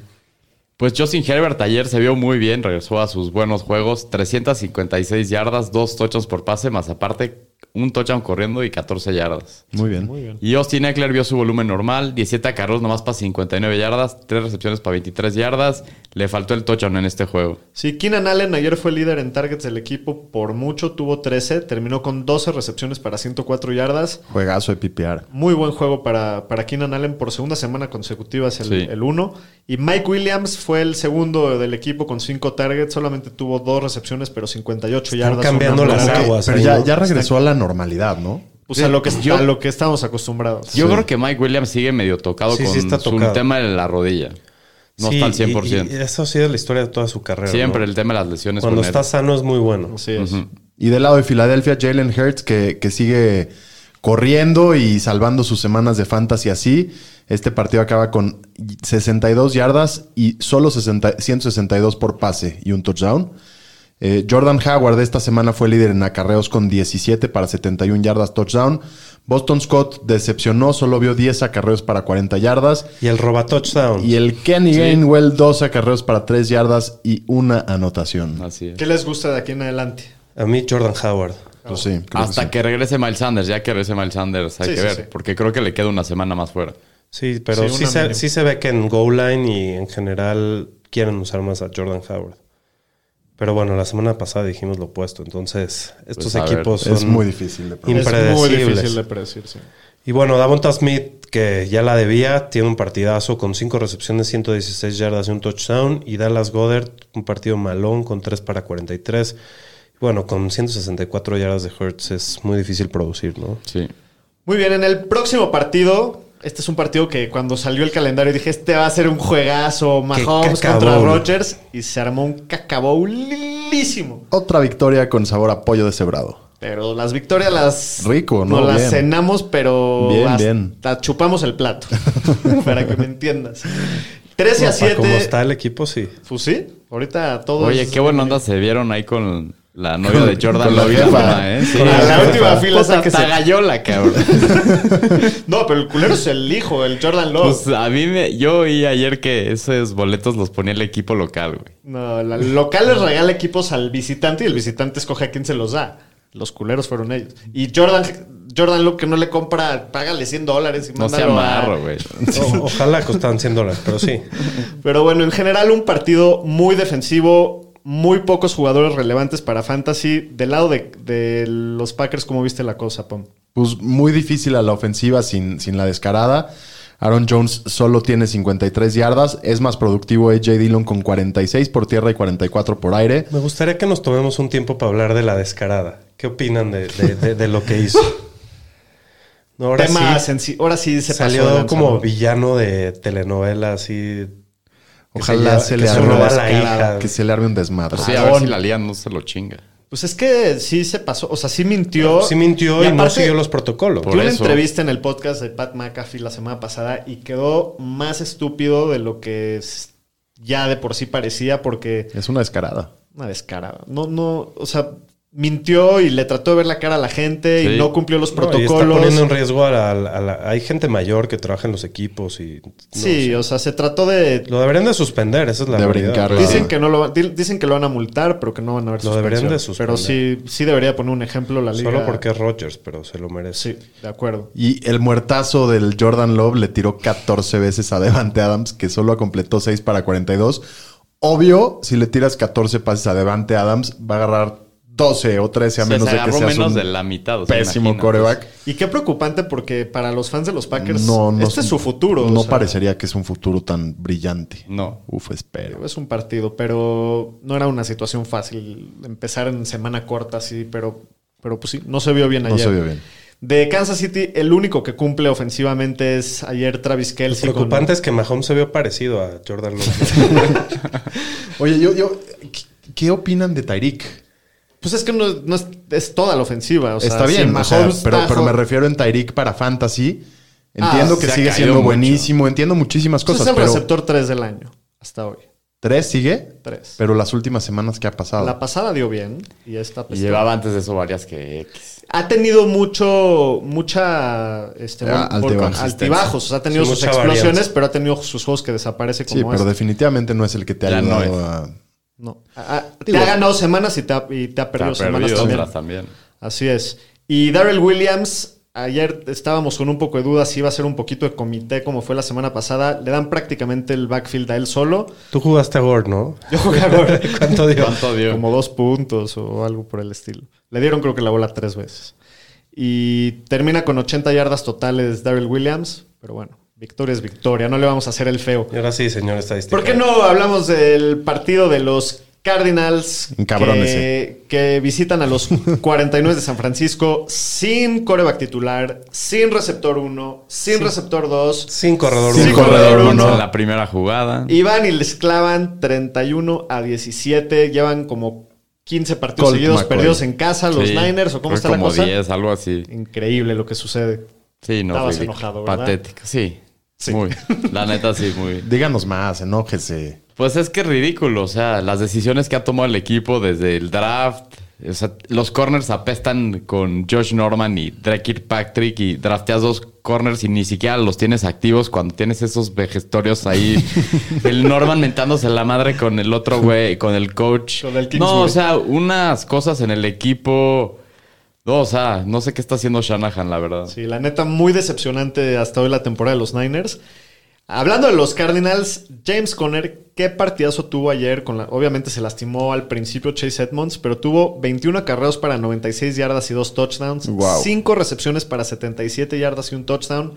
Speaker 3: Pues Justin Herbert ayer se vio muy bien, regresó a sus buenos juegos, 356 yardas, dos tochos por pase, más aparte un touchdown corriendo y 14 yardas.
Speaker 4: Muy bien.
Speaker 3: Y Austin Eckler vio su volumen normal, 17 acarreos nomás para 59 yardas, 3 recepciones para 23 yardas. Le faltó el touchdown en este juego.
Speaker 1: Sí, Keenan Allen ayer fue líder en targets del equipo por mucho, tuvo 13, terminó con 12 recepciones para 104 yardas.
Speaker 4: Juegazo de PPR.
Speaker 1: Muy buen juego para, para Keenan Allen por segunda semana consecutiva, es
Speaker 3: Sí.
Speaker 1: el 1. Y Mike Williams fue el segundo del equipo con 5 targets, solamente tuvo 2 recepciones, pero 58
Speaker 2: Están
Speaker 1: yardas.
Speaker 2: cambiando
Speaker 1: una
Speaker 2: las
Speaker 1: mala-
Speaker 2: aguas.
Speaker 4: Pero
Speaker 2: ahí,
Speaker 4: ya,
Speaker 2: ¿no?
Speaker 4: ya regresó a la normalidad, ¿no?
Speaker 1: Pues a lo que, a lo que estamos acostumbrados.
Speaker 3: Yo creo que Mike Williams sigue medio tocado
Speaker 2: Sí,
Speaker 3: con
Speaker 2: sí está
Speaker 3: su
Speaker 2: tocado.
Speaker 3: tema de la rodilla. No
Speaker 2: Sí,
Speaker 3: está al
Speaker 2: y-
Speaker 3: 100%.
Speaker 2: y eso ha sido la historia de toda su carrera.
Speaker 3: Siempre
Speaker 2: ¿no?
Speaker 3: el tema de las lesiones.
Speaker 2: Cuando
Speaker 3: con él.
Speaker 2: está sano es muy bueno.
Speaker 1: Así es.
Speaker 4: Y del lado de Filadelfia, Jalen Hurts, que, que sigue corriendo y salvando sus semanas de fantasy así. Este partido acaba con 62 yardas y solo 60 162 por pase y un touchdown. Eh, Jordan Howard esta semana fue líder en acarreos con 17 para 71 yardas touchdown. Boston Scott decepcionó, solo vio 10 acarreos para 40 yardas.
Speaker 2: Y el roba touchdown.
Speaker 4: Y el Kenny Gainwell, 2 acarreos para 3 yardas y una anotación.
Speaker 3: Así es.
Speaker 1: ¿Qué les gusta de aquí en adelante?
Speaker 2: A mí Jordan Howard.
Speaker 4: Pues sí, creo que
Speaker 3: Hasta
Speaker 4: sí.
Speaker 3: que regrese Miles Sanders, ya que regrese Miles Sanders, hay
Speaker 1: Sí,
Speaker 3: que
Speaker 1: sí,
Speaker 3: ver,
Speaker 1: sí.
Speaker 3: porque creo que le queda una semana más fuera.
Speaker 2: Sí, pero
Speaker 1: Sí,
Speaker 2: sí,
Speaker 1: una
Speaker 2: se,
Speaker 1: mínimo.
Speaker 2: sí se ve que en goal line y en general quieren usar más a Jordan Howard. Pero bueno, la semana pasada dijimos lo opuesto. Entonces, estos
Speaker 3: Pues, a ver,
Speaker 2: equipos son
Speaker 4: es muy difícil de probar.
Speaker 1: Es muy
Speaker 2: impredecibles.
Speaker 1: difícil de predecir, sí.
Speaker 2: Y bueno, Davonta Smith, que ya la debía, tiene un partidazo con 5 recepciones, 116 yardas y un touchdown. Y Dallas Goddard, un partido malón con 3 para 43. Bueno, con 164 yardas de Hertz es muy difícil producir, ¿no?
Speaker 3: Sí.
Speaker 1: Muy bien, en el próximo partido, este es un partido que cuando salió el calendario dije, este va a ser un juegazo, Mahomes contra
Speaker 2: cacabowl.
Speaker 1: Rodgers, y se armó un cacabolísimo.
Speaker 4: Otra victoria con sabor a pollo deshebrado.
Speaker 1: Pero las victorias las...
Speaker 4: Rico, ¿no?
Speaker 1: las
Speaker 4: Bien.
Speaker 1: cenamos, pero...
Speaker 4: Bien,
Speaker 1: hasta
Speaker 4: bien.
Speaker 1: chupamos el plato, para que me entiendas. 13 a
Speaker 2: Para Como
Speaker 1: 7...
Speaker 2: está el equipo, sí.
Speaker 1: Pues sí, ahorita todos...
Speaker 3: Oye, qué buena onda se vieron ahí con la novia de Jordan
Speaker 4: con la
Speaker 3: Love y la
Speaker 4: jefa.
Speaker 3: mamá, ¿eh? Sí.
Speaker 1: A la última fila
Speaker 3: Puta,
Speaker 1: sáquese.
Speaker 3: tagayola, cabrón.
Speaker 1: No, pero el culero es el hijo, el Jordan Love.
Speaker 3: Pues a mí me, yo oí ayer que esos boletos los ponía el equipo local, güey.
Speaker 1: No, la- el local les regala equipos al visitante y el visitante escoge a quién se los da. Los culeros fueron ellos. Y Jordan, Jordan Love que no le compra, págale 100 dólares y
Speaker 3: No se
Speaker 1: mándalo a-
Speaker 3: amarro, güey.
Speaker 2: O- ojalá costaran 100 dólares, pero sí.
Speaker 1: Pero bueno, en general un partido muy defensivo, muy pocos jugadores relevantes para Fantasy. Del lado de, de los Packers, ¿cómo viste la cosa, Pom?
Speaker 4: Pues muy difícil a la ofensiva sin, sin la descarada. Aaron Jones solo tiene 53 yardas. Es más productivo AJ Dillon con 46 por tierra y 44 por aire.
Speaker 2: Me gustaría que nos tomemos un tiempo para hablar de la descarada. ¿Qué opinan de, de- de- de lo que hizo? No, ahora
Speaker 1: Tema
Speaker 2: sí,
Speaker 1: senci- ahora sí se pasó de
Speaker 2: salió
Speaker 1: lanza,
Speaker 2: como
Speaker 1: ¿no?
Speaker 2: villano de telenovela, así.
Speaker 4: Ojalá
Speaker 2: que
Speaker 4: se, le
Speaker 2: que
Speaker 4: arme
Speaker 2: roba
Speaker 4: una
Speaker 2: a la
Speaker 4: descarada,
Speaker 2: hija.
Speaker 4: que se le arme un desmadre.
Speaker 3: Pues Sí, a ver si la lian no se lo chinga.
Speaker 1: Pues es que sí se pasó, o sea, sí mintió.
Speaker 2: Sí mintió y, no
Speaker 1: aparte-
Speaker 2: siguió los protocolos.
Speaker 3: Por
Speaker 1: Yo una
Speaker 3: eso.
Speaker 1: entrevista en el podcast de Pat McAfee la semana pasada y quedó más estúpido de lo que s- ya de por sí parecía porque
Speaker 4: Es una descarada.
Speaker 1: una descarada. No, no, o sea, mintió y le trató de ver la cara a la gente
Speaker 3: Sí.
Speaker 1: y no cumplió los
Speaker 2: No, y está
Speaker 1: protocolos.
Speaker 2: poniendo en riesgo a la, a la- Hay gente mayor que trabaja en los equipos y... no
Speaker 1: sí,
Speaker 2: sé.
Speaker 1: o sea, se trató de...
Speaker 2: Lo deberían de suspender, esa es la
Speaker 4: De
Speaker 2: realidad.
Speaker 4: brincarla.
Speaker 1: Dicen que, no lo, va- di- dicen que lo van a multar, pero que no van a ver
Speaker 2: Lo deberían de
Speaker 1: Pero
Speaker 2: suspender.
Speaker 1: sí, sí debería poner un ejemplo la liga.
Speaker 2: Solo porque es Rodgers, pero se lo merece.
Speaker 1: Sí, de acuerdo.
Speaker 4: Y el muertazo del Jordan Love le tiró 14 veces a Devante Adams, que solo completó 6 para 42. Obvio, si le tiras 14 pases a Devante Adams, va a agarrar 12 o 13 a
Speaker 3: O sea,
Speaker 4: menos
Speaker 3: se
Speaker 4: de que
Speaker 3: agarró
Speaker 4: seas
Speaker 3: menos
Speaker 4: un
Speaker 3: de la mitad. o sea,
Speaker 4: pésimo
Speaker 3: imagínate.
Speaker 4: coreback.
Speaker 1: Y qué preocupante porque para los fans de los Packers,
Speaker 4: No, no
Speaker 1: este es su futuro.
Speaker 4: No
Speaker 1: o sea,
Speaker 4: parecería que es un futuro tan brillante.
Speaker 3: No.
Speaker 4: Uf, espero.
Speaker 1: Es un partido, pero no era una situación fácil empezar en semana corta, sí, pero, pero pues sí, no se vio bien
Speaker 4: No
Speaker 1: ayer.
Speaker 4: se vio bien.
Speaker 1: De Kansas City, el único que cumple ofensivamente es ayer Travis
Speaker 2: Lo
Speaker 1: Kelsey.
Speaker 2: preocupante es que Mahomes se vio parecido a Jordan Love.
Speaker 4: Oye, yo, yo, ¿qué, qué opinan de Tyreek?
Speaker 1: Pues es que no, no es, es toda la ofensiva. o sea,
Speaker 4: Está
Speaker 1: si
Speaker 4: bien, o sea,
Speaker 1: Mahomes
Speaker 4: pero, pero
Speaker 1: tajo-
Speaker 4: me refiero en Tyreek para fantasy.
Speaker 1: Ah,
Speaker 4: Entiendo
Speaker 3: se
Speaker 4: que
Speaker 3: ha
Speaker 4: sigue
Speaker 3: caído
Speaker 4: siendo
Speaker 3: mucho.
Speaker 4: buenísimo, entiendo muchísimas
Speaker 1: pues
Speaker 4: cosas,
Speaker 1: es el
Speaker 4: pero
Speaker 1: receptor 3 del año, hasta hoy.
Speaker 4: ¿tres sigue?
Speaker 1: 3.
Speaker 4: Pero las últimas semanas que ha pasado.
Speaker 1: La pasada dio bien y esta
Speaker 3: Y
Speaker 1: pues,
Speaker 3: llevaba antes de eso varias que X.
Speaker 1: ha tenido mucho, mucha este,
Speaker 4: Eh, altibajos.
Speaker 1: altibajos. O sea, ha tenido
Speaker 2: Sí,
Speaker 1: sus
Speaker 2: mucha
Speaker 1: explosiones,
Speaker 2: varianza.
Speaker 1: pero ha tenido sus juegos que desaparece como
Speaker 4: sí, pero
Speaker 1: este.
Speaker 4: definitivamente no es el que te ha
Speaker 3: Ya no
Speaker 4: ayudado
Speaker 3: es.
Speaker 4: a...
Speaker 1: No. Ah, ah, te ha ganado semanas y te ha, y te ha perdido
Speaker 3: Está
Speaker 1: semanas
Speaker 3: perdido
Speaker 1: también.
Speaker 3: otras también.
Speaker 1: Así es. Y Darrell Williams, ayer estábamos con un poco de dudas si iba a ser un poquito de comité como fue la semana pasada. Le dan prácticamente el backfield a él solo.
Speaker 2: Tú jugaste a Gore, ¿no?
Speaker 1: Yo jugué a Gore.
Speaker 2: ¿Cuánto dio?
Speaker 3: ¿Cuánto dio?
Speaker 1: Como dos puntos o algo por el estilo. Le dieron creo que la bola tres veces. Y termina con 80 yardas totales Darrell Williams. Pero bueno, victoria es victoria. No le vamos a hacer el feo.
Speaker 2: Y ahora sí, señor estadística.
Speaker 1: ¿Por qué no hablamos del partido de los Cardinals
Speaker 4: Cabrones,
Speaker 1: que, que visitan a los 49 de San Francisco sin coreback titular, sin receptor 1, sin receptor 2?
Speaker 2: Sin corredor.
Speaker 4: Sin
Speaker 2: uno.
Speaker 4: corredor.
Speaker 3: Uno
Speaker 4: uno.
Speaker 3: en la primera jugada.
Speaker 1: Y van y les clavan 31 a 17. Llevan como 15 partidos
Speaker 4: Colt
Speaker 1: seguidos
Speaker 4: McCoy.
Speaker 1: perdidos en casa, los
Speaker 3: Sí.
Speaker 1: Niners o cómo
Speaker 3: Creo
Speaker 1: está
Speaker 3: que
Speaker 1: la
Speaker 3: como
Speaker 1: cosa.
Speaker 3: 10, algo así.
Speaker 1: Increíble lo que sucede.
Speaker 3: Sí, no.
Speaker 1: Estabas
Speaker 3: ridículo.
Speaker 1: enojado, ¿verdad?
Speaker 3: Patético. Sí.
Speaker 1: Sí.
Speaker 3: Muy. La neta, sí, muy.
Speaker 4: Díganos más, enójese.
Speaker 3: Pues es que es ridículo. O sea, las decisiones que ha tomado el equipo desde el draft. O sea, los corners apestan con Josh Norman y Drake Patrick y drafteas dos corners y ni siquiera los tienes activos cuando tienes esos vejestorios ahí. el Norman mentándose la madre con el otro güey, con el coach.
Speaker 1: Con el
Speaker 3: no,
Speaker 1: Kingsbury.
Speaker 3: o sea, unas cosas en el equipo. No, o sea, no sé qué está haciendo Shanahan, la verdad.
Speaker 1: Sí, la neta, muy decepcionante hasta hoy la temporada de los Niners. Hablando de los Cardinals, James Conner, qué partidazo tuvo ayer. Con la- obviamente se lastimó al principio Chase Edmonds, pero tuvo 21 acarreos para 96 yardas y 2 touchdowns.
Speaker 4: Wow.
Speaker 1: 5 recepciones para 77 yardas y un touchdown.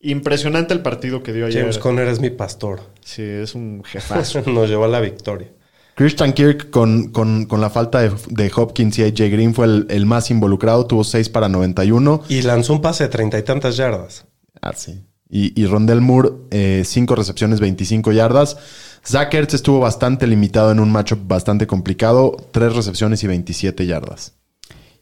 Speaker 1: Impresionante el partido que dio ayer.
Speaker 2: James Conner es mi pastor.
Speaker 1: Sí, es un jefazo.
Speaker 2: Nos llevó a la victoria.
Speaker 4: Christian Kirk con, con- con la falta de, de Hopkins y AJ Green fue el, el más involucrado, tuvo 6 para 91.
Speaker 2: Y lanzó un pase de treinta y tantas yardas.
Speaker 4: Ah, sí. Y, y Rondell Moore, 5 recepciones, 25 yardas. Zach Ertz estuvo bastante limitado en un matchup bastante complicado, 3 recepciones y 27 yardas.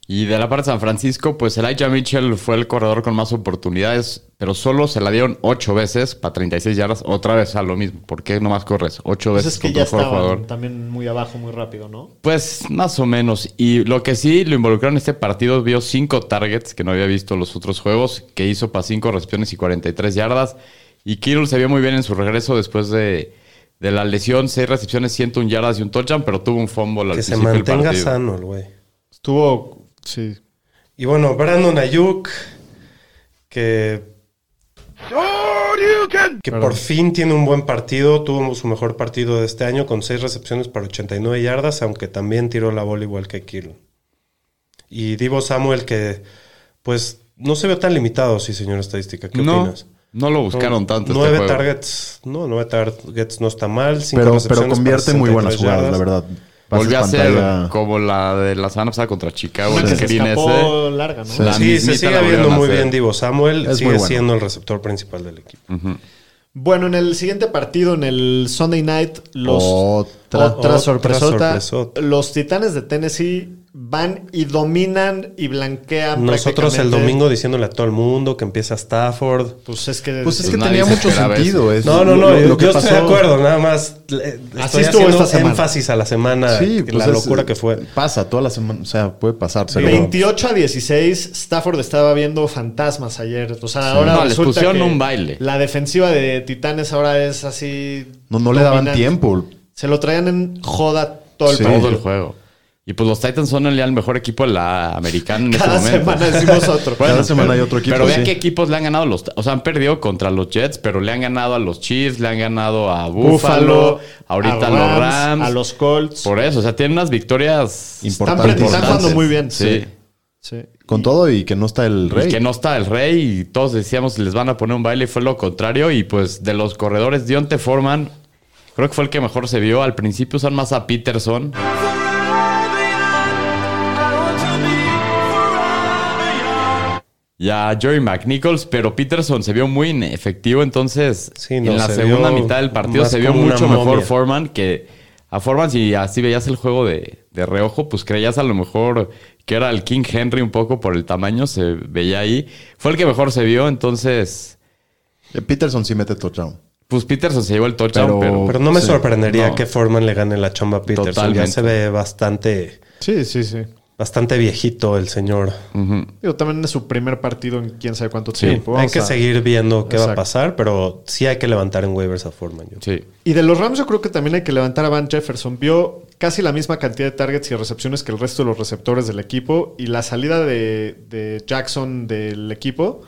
Speaker 3: Y de la parte de San Francisco, pues Elijah Mitchell fue el corredor con más oportunidades, pero solo se la dieron ocho veces para 36 yardas. Otra vez a lo mismo. ¿Por qué nomás corres ocho
Speaker 1: Pues
Speaker 3: veces
Speaker 1: es que ya
Speaker 3: contra un solo
Speaker 1: estaban
Speaker 3: jugador?
Speaker 1: también muy abajo, muy rápido, ¿no?
Speaker 3: Pues más o menos. Y lo que sí lo involucraron en este partido, vio cinco targets que no había visto en los otros juegos, que hizo para cinco recepciones y 43 yardas. Y Kittle se vio muy bien en su regreso después de, de la lesión, seis recepciones, 101 yardas y un touchdown, pero tuvo un fumble al
Speaker 2: Que se
Speaker 3: principio del
Speaker 2: mantenga
Speaker 3: partido.
Speaker 2: sano el güey.
Speaker 1: Estuvo. Sí.
Speaker 2: Y bueno, Brandon Ayuk, que. Que por fin tiene un buen partido. Tuvo su mejor partido de este año con seis recepciones para 89 yardas, aunque también tiró la bola igual que Kilo. Y Divo Samuel, que pues no se vio tan limitado, sí, señor estadística. ¿Qué
Speaker 3: no,
Speaker 2: opinas?
Speaker 3: no lo buscaron tanto. este
Speaker 2: Nueve
Speaker 3: juego.
Speaker 2: targets. No, nueve targets no está mal. cinco
Speaker 4: Pero, pero
Speaker 2: recepciones
Speaker 4: convierte
Speaker 2: para
Speaker 4: muy buenas
Speaker 2: 63
Speaker 4: jugadas,
Speaker 2: yardas.
Speaker 4: la verdad. Pases
Speaker 3: Volvió a
Speaker 4: pantalla.
Speaker 3: ser como la de la semana pasada contra Chicago.
Speaker 1: Una
Speaker 3: el
Speaker 1: que se
Speaker 3: screen ese.
Speaker 1: escapó larga, ¿no?
Speaker 4: La
Speaker 2: sí, se sigue viendo muy bien Divo Samuel.
Speaker 4: Es
Speaker 2: sigue
Speaker 4: muy bueno.
Speaker 2: siendo el receptor principal del equipo.
Speaker 1: Bueno, en el siguiente partido, en el Sunday Night, los
Speaker 4: Otra-
Speaker 1: otra,
Speaker 2: otra
Speaker 1: sorpresota,
Speaker 2: sorpresota.
Speaker 1: los Titanes de Tennessee van y dominan y blanquean.
Speaker 2: Nosotros el
Speaker 1: prácticamente.
Speaker 2: domingo diciéndole a todo el mundo que empieza Stafford.
Speaker 1: Pues es que,
Speaker 4: Pues es que
Speaker 3: Pues nadie
Speaker 4: tenía
Speaker 3: se
Speaker 4: mucho
Speaker 3: esperaba
Speaker 4: sentido. es
Speaker 2: No, no, no,
Speaker 4: lo-
Speaker 2: yo,
Speaker 4: lo que
Speaker 2: yo estoy de
Speaker 4: pasó.
Speaker 2: acuerdo, nada más le- estoy
Speaker 1: Así estuvo
Speaker 2: haciendo
Speaker 1: esta semana.
Speaker 2: énfasis a la semana,
Speaker 4: Sí,
Speaker 2: y
Speaker 4: pues
Speaker 2: la
Speaker 4: es-
Speaker 2: locura que fue.
Speaker 4: Pasa toda la semana, o sea, puede pasar. pero-
Speaker 1: 28 a 16, Stafford estaba viendo fantasmas ayer. O sea, ahora
Speaker 3: No, les
Speaker 1: resulta
Speaker 3: pusieron
Speaker 1: que
Speaker 3: un baile.
Speaker 1: La defensiva de Titanes ahora es así.
Speaker 4: no, no le daban
Speaker 1: dominante.
Speaker 4: tiempo.
Speaker 1: Se lo traían en joda todo el
Speaker 4: Sí.
Speaker 1: partido.
Speaker 3: Todo el juego. Y pues los Titans son el, el mejor equipo de la americana en
Speaker 1: Cada
Speaker 3: este momento.
Speaker 1: semana decimos otro.
Speaker 4: Cada semana hay otro equipo.
Speaker 3: Pero vean
Speaker 4: sí.
Speaker 3: qué equipos le han ganado los. O sea, han perdido contra los Jets, pero le han ganado a los Chiefs, le han ganado a Buffalo, ahorita a, los Rams.
Speaker 1: a los Colts.
Speaker 3: Por eso, o sea, tienen unas victorias
Speaker 1: están,
Speaker 4: importantes.
Speaker 1: pre- están jugando muy bien.
Speaker 3: Sí.
Speaker 1: Sí.
Speaker 4: Con todo y que no está el
Speaker 3: Y
Speaker 4: rey.
Speaker 3: que no está el rey y todos decíamos les van a poner un baile y fue lo contrario. Y pues de los corredores, Dionte Forman, creo que fue el que mejor se vio. Al principio usan más a Peterson. Y a Joey McNichols, pero Peterson se vio muy inefectivo. Entonces,
Speaker 2: Sí, no,
Speaker 3: en la
Speaker 2: se
Speaker 3: segunda
Speaker 2: vio
Speaker 3: mitad del partido
Speaker 2: más
Speaker 3: se vio
Speaker 2: como una
Speaker 3: mucho mejor
Speaker 2: momia.
Speaker 3: Forman que a Forman. Si así veías el juego de, de reojo, pues creías a lo mejor que era el King Henry un poco por el tamaño. Se veía ahí. Fue el que mejor se vio. Entonces,
Speaker 4: Eh, Peterson sí mete touchdown.
Speaker 3: pues Peterson se llevó el touchdown,
Speaker 4: Pero-
Speaker 3: pero,
Speaker 2: Pero no me
Speaker 4: Sí,
Speaker 2: sorprendería
Speaker 3: no.
Speaker 2: que Foreman le gane la chamba a Peterson. Ya
Speaker 3: Totalmente.
Speaker 2: se ve bastante,
Speaker 1: Sí, sí, sí.
Speaker 2: bastante viejito el señor.
Speaker 1: Digo, también es su primer partido en quién sabe cuánto
Speaker 3: Sí,
Speaker 1: tiempo.
Speaker 2: hay
Speaker 1: o
Speaker 2: que
Speaker 1: sea.
Speaker 2: seguir viendo qué va a
Speaker 1: Exacto.
Speaker 2: pasar, pero sí hay que levantar en waivers a Foreman. yo creo.
Speaker 3: Sí.
Speaker 1: Y de los Rams yo creo que también hay que levantar a Van Jefferson. Vio casi la misma cantidad de targets y recepciones que el resto de los receptores del equipo. Y la salida de, de Jackson del equipo,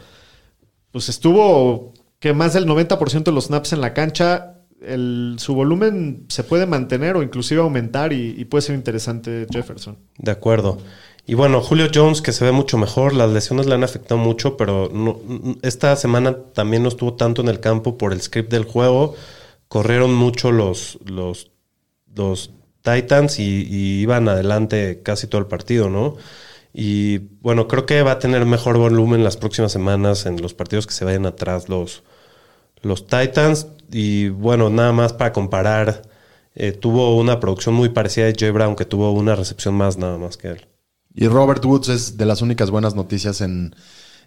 Speaker 1: pues estuvo que más del 90% de los snaps en la cancha. El- su volumen se puede mantener o inclusive aumentar y, y puede ser interesante Jefferson.
Speaker 2: De acuerdo. Y bueno, Julio Jones, que se ve mucho mejor, las lesiones le han afectado mucho, pero no- n- esta semana también no estuvo tanto en el campo por el script del juego. Corrieron mucho los, los, los Titans y, y iban adelante casi todo el partido, ¿no? Y bueno, creo que va a tener mejor volumen las próximas semanas en los partidos que se vayan atrás los, los Titans. Y bueno, nada más para comparar, eh, tuvo una producción muy parecida a Jay Brown, que tuvo una recepción más nada más que él.
Speaker 4: Y Robert Woods es de las únicas buenas noticias en,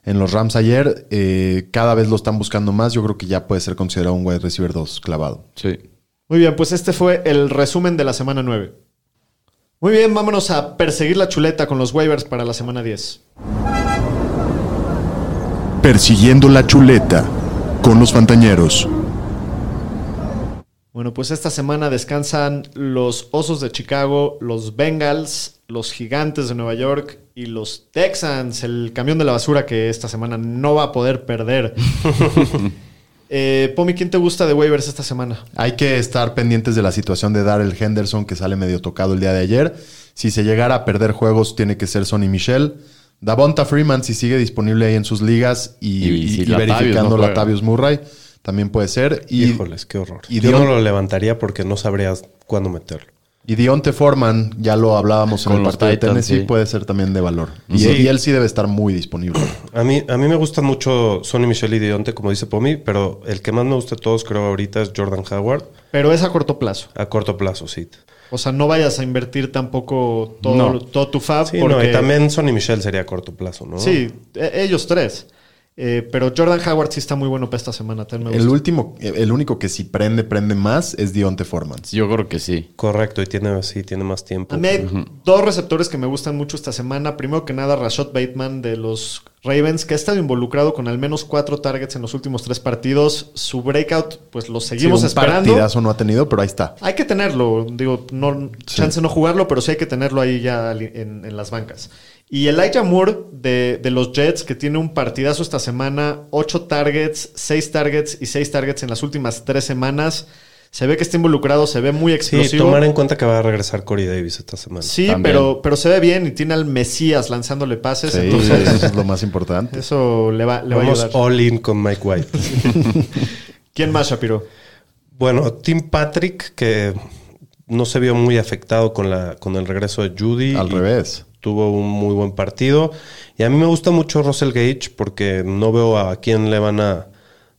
Speaker 4: en los Rams ayer. Eh, cada vez lo están buscando más. Yo creo que ya puede ser considerado un wide receiver 2 clavado.
Speaker 3: Sí.
Speaker 1: Muy bien, pues este fue el resumen de la semana 9. Muy bien, vámonos a perseguir la chuleta con los waivers para la semana 10.
Speaker 6: Persiguiendo la chuleta con los Fantañeros.
Speaker 1: Bueno, pues esta semana descansan los Osos de Chicago, los Bengals, los Gigantes de Nueva York y los Texans, el camión de la basura que esta semana no va a poder perder. eh, Pomi, ¿quién te gusta de waivers esta semana?
Speaker 4: Hay que estar pendientes de la situación de Darrell Henderson, que sale medio tocado el día de ayer. Si se llegara a perder juegos, tiene que ser Sonny Michel. Davonta Freeman, si sigue disponible ahí en sus ligas y,
Speaker 3: Y si
Speaker 4: y- y
Speaker 3: Latavius no
Speaker 4: verificando
Speaker 3: juega.
Speaker 4: Latavius Murray, también puede ser. Y,
Speaker 2: Híjoles, qué horror.
Speaker 4: y
Speaker 2: Yo
Speaker 4: Dion-
Speaker 2: no lo levantaría porque no sabrías cuándo meterlo.
Speaker 4: y Dionte Foreman, ya lo hablábamos en
Speaker 3: Con
Speaker 4: el
Speaker 3: los
Speaker 4: partido
Speaker 3: Titans,
Speaker 4: de Tennessee,
Speaker 3: sí.
Speaker 4: puede ser también de valor. Y,
Speaker 2: Sí.
Speaker 4: y él sí debe estar muy disponible.
Speaker 2: A mí, a mí me gustan mucho Sonny Michel y Dionte, como dice Pomi, pero el que más me gusta de todos, creo, ahorita es Jordan Howard,
Speaker 1: Pero es a corto plazo.
Speaker 2: a corto plazo, sí.
Speaker 1: O sea, no vayas a invertir tampoco todo,
Speaker 3: No.
Speaker 1: todo tu fab.
Speaker 2: Sí,
Speaker 1: porque,
Speaker 2: no, y también Sonny Michel sería a corto plazo, ¿no?
Speaker 1: Sí, e- ellos tres. Eh, pero Jordan Howard sí está muy bueno para esta semana. ten me
Speaker 4: El
Speaker 1: gusta.
Speaker 4: último, el único que si prende, prende más es Dionte Foreman.
Speaker 3: Yo creo que sí.
Speaker 2: Correcto, y tiene, sí, tiene más tiempo.
Speaker 1: A mí hay dos receptores que me gustan mucho esta semana. Primero que nada, Rashad Bateman de los Ravens, que ha estado involucrado con al menos cuatro targets en los últimos tres partidos. Su breakout, pues lo seguimos
Speaker 4: Sí, un
Speaker 1: esperando.
Speaker 4: partidazo no ha tenido, pero ahí está.
Speaker 1: Hay que tenerlo, digo, no, chance no jugarlo, pero sí hay que tenerlo ahí ya li- en, en las bancas. Y Elijah Moore de, de los Jets, que tiene un partidazo esta semana, ocho targets, seis targets y seis targets en las últimas tres semanas. Se ve que está involucrado, se ve muy
Speaker 2: Sí,
Speaker 1: explosivo.
Speaker 2: tomar en cuenta que va a regresar Corey Davis esta semana.
Speaker 1: Sí,
Speaker 3: También.
Speaker 1: pero, pero se ve bien y tiene al Mesías lanzándole pases.
Speaker 4: Sí,
Speaker 1: Entonces,
Speaker 4: eso es lo más importante.
Speaker 1: eso le va, le va a
Speaker 2: Vamos
Speaker 1: ayudar.
Speaker 2: all in con Mike White.
Speaker 1: ¿Quién más, Shapiro?
Speaker 2: Bueno, Tim Patrick, que no se vio muy afectado con, la, con el regreso de Judy.
Speaker 4: Al
Speaker 2: y
Speaker 4: revés.
Speaker 2: Tuvo un muy buen partido. Y a mí me gusta mucho Russell Gage porque no veo a quién le van a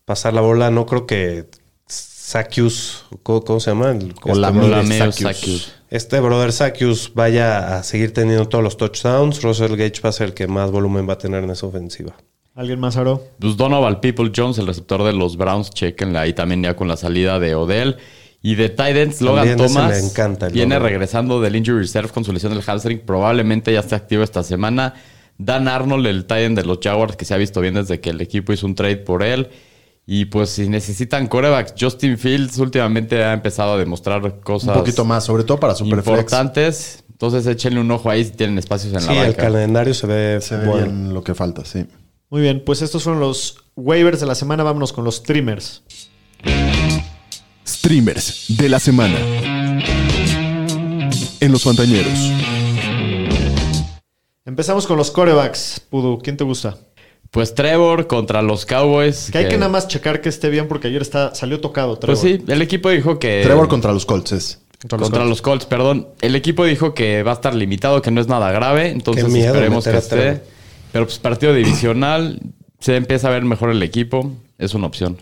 Speaker 2: pasar la bola. No creo que Sakius, ¿cómo, cómo se llama? El-
Speaker 4: O la-
Speaker 2: este, brother,
Speaker 4: Mira,
Speaker 3: Lameo
Speaker 4: Sakius.
Speaker 3: Sakius.
Speaker 2: este brother Sakius vaya a seguir teniendo todos los touchdowns. Russell Gage va a ser el que más volumen va a tener en esa ofensiva.
Speaker 1: ¿Alguien más, Aro?
Speaker 3: Pues Donovan People Jones, el receptor de los Browns, chequenla ahí también ya con la salida de Odell. Y de Titans, Logan
Speaker 2: También ese
Speaker 3: Thomas
Speaker 2: me encanta, el
Speaker 3: viene
Speaker 2: Logan.
Speaker 3: regresando del injury reserve con su lesión del hamstring. Probablemente ya esté activo esta semana. Dan Arnold, el Titan de los Jaguars, que se ha visto bien desde que el equipo hizo un trade por él. Y pues si necesitan corebacks, Justin Fields últimamente ha empezado a demostrar
Speaker 4: Un
Speaker 3: cosas
Speaker 4: poquito más, sobre todo para Superflex.
Speaker 3: importantes. Entonces échenle un ojo ahí si tienen espacios en
Speaker 2: Sí,
Speaker 3: la banca.
Speaker 2: el calendario se ve,
Speaker 4: Se ve
Speaker 2: bueno.
Speaker 4: bien lo que falta, sí.
Speaker 1: Muy bien, pues estos fueron los waivers de la semana. Vámonos con los trimmers.
Speaker 6: Streamers de la semana. En los Fantañeros.
Speaker 1: Empezamos con los corebacks. Pudu, ¿quién te gusta?
Speaker 3: Pues Trevor contra los Cowboys.
Speaker 1: Que hay que nada más checar que esté bien porque ayer está, salió tocado Trevor.
Speaker 3: Pues sí, el equipo dijo que...
Speaker 4: Eh. Trevor contra los Colts es.
Speaker 3: Contra, los, Colts. perdón. El equipo dijo que va a estar limitado, que no es nada grave, entonces
Speaker 2: Qué miedo
Speaker 3: esperemos que
Speaker 2: meter a
Speaker 3: esté.
Speaker 2: Trevor.
Speaker 3: Pero pues partido divisional, se empieza a ver mejor el equipo, es una opción.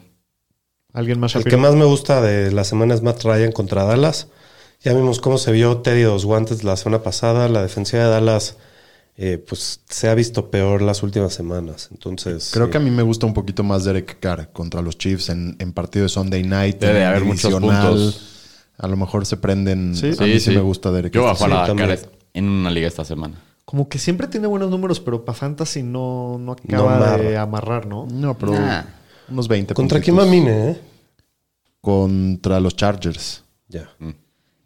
Speaker 1: ¿Alguien más,
Speaker 2: El que
Speaker 1: Shapiro?
Speaker 2: más me gusta de la semana es Matt Ryan contra Dallas. Ya vimos cómo se vio Teddy dos guantes la semana pasada. La defensiva de Dallas, eh, pues se ha visto peor las últimas semanas. Entonces,
Speaker 4: Creo
Speaker 2: sí.
Speaker 4: que a mí me gusta un poquito más Derek Carr contra los Chiefs en, en partido de Sunday Night.
Speaker 3: Debe
Speaker 4: en
Speaker 3: de haber muchos
Speaker 4: divisional.
Speaker 3: puntos.
Speaker 4: A lo mejor se prenden.
Speaker 1: Sí.
Speaker 4: a mí sí, me gusta Derek
Speaker 3: Yo voy a
Speaker 4: Carr.
Speaker 3: jugar a
Speaker 2: Sí, también.
Speaker 3: Gareth en una liga esta semana.
Speaker 1: Como que siempre tiene buenos números, pero para Fantasy no, no
Speaker 2: No
Speaker 1: acaba
Speaker 2: amarra.
Speaker 1: de amarrar, ¿no?
Speaker 4: No, pero
Speaker 3: Nah.
Speaker 4: unos 20
Speaker 2: ¿Contra quién
Speaker 4: puntitos.
Speaker 2: va Mine, eh?
Speaker 1: Mm.
Speaker 4: Contra los Chargers.
Speaker 2: Ya.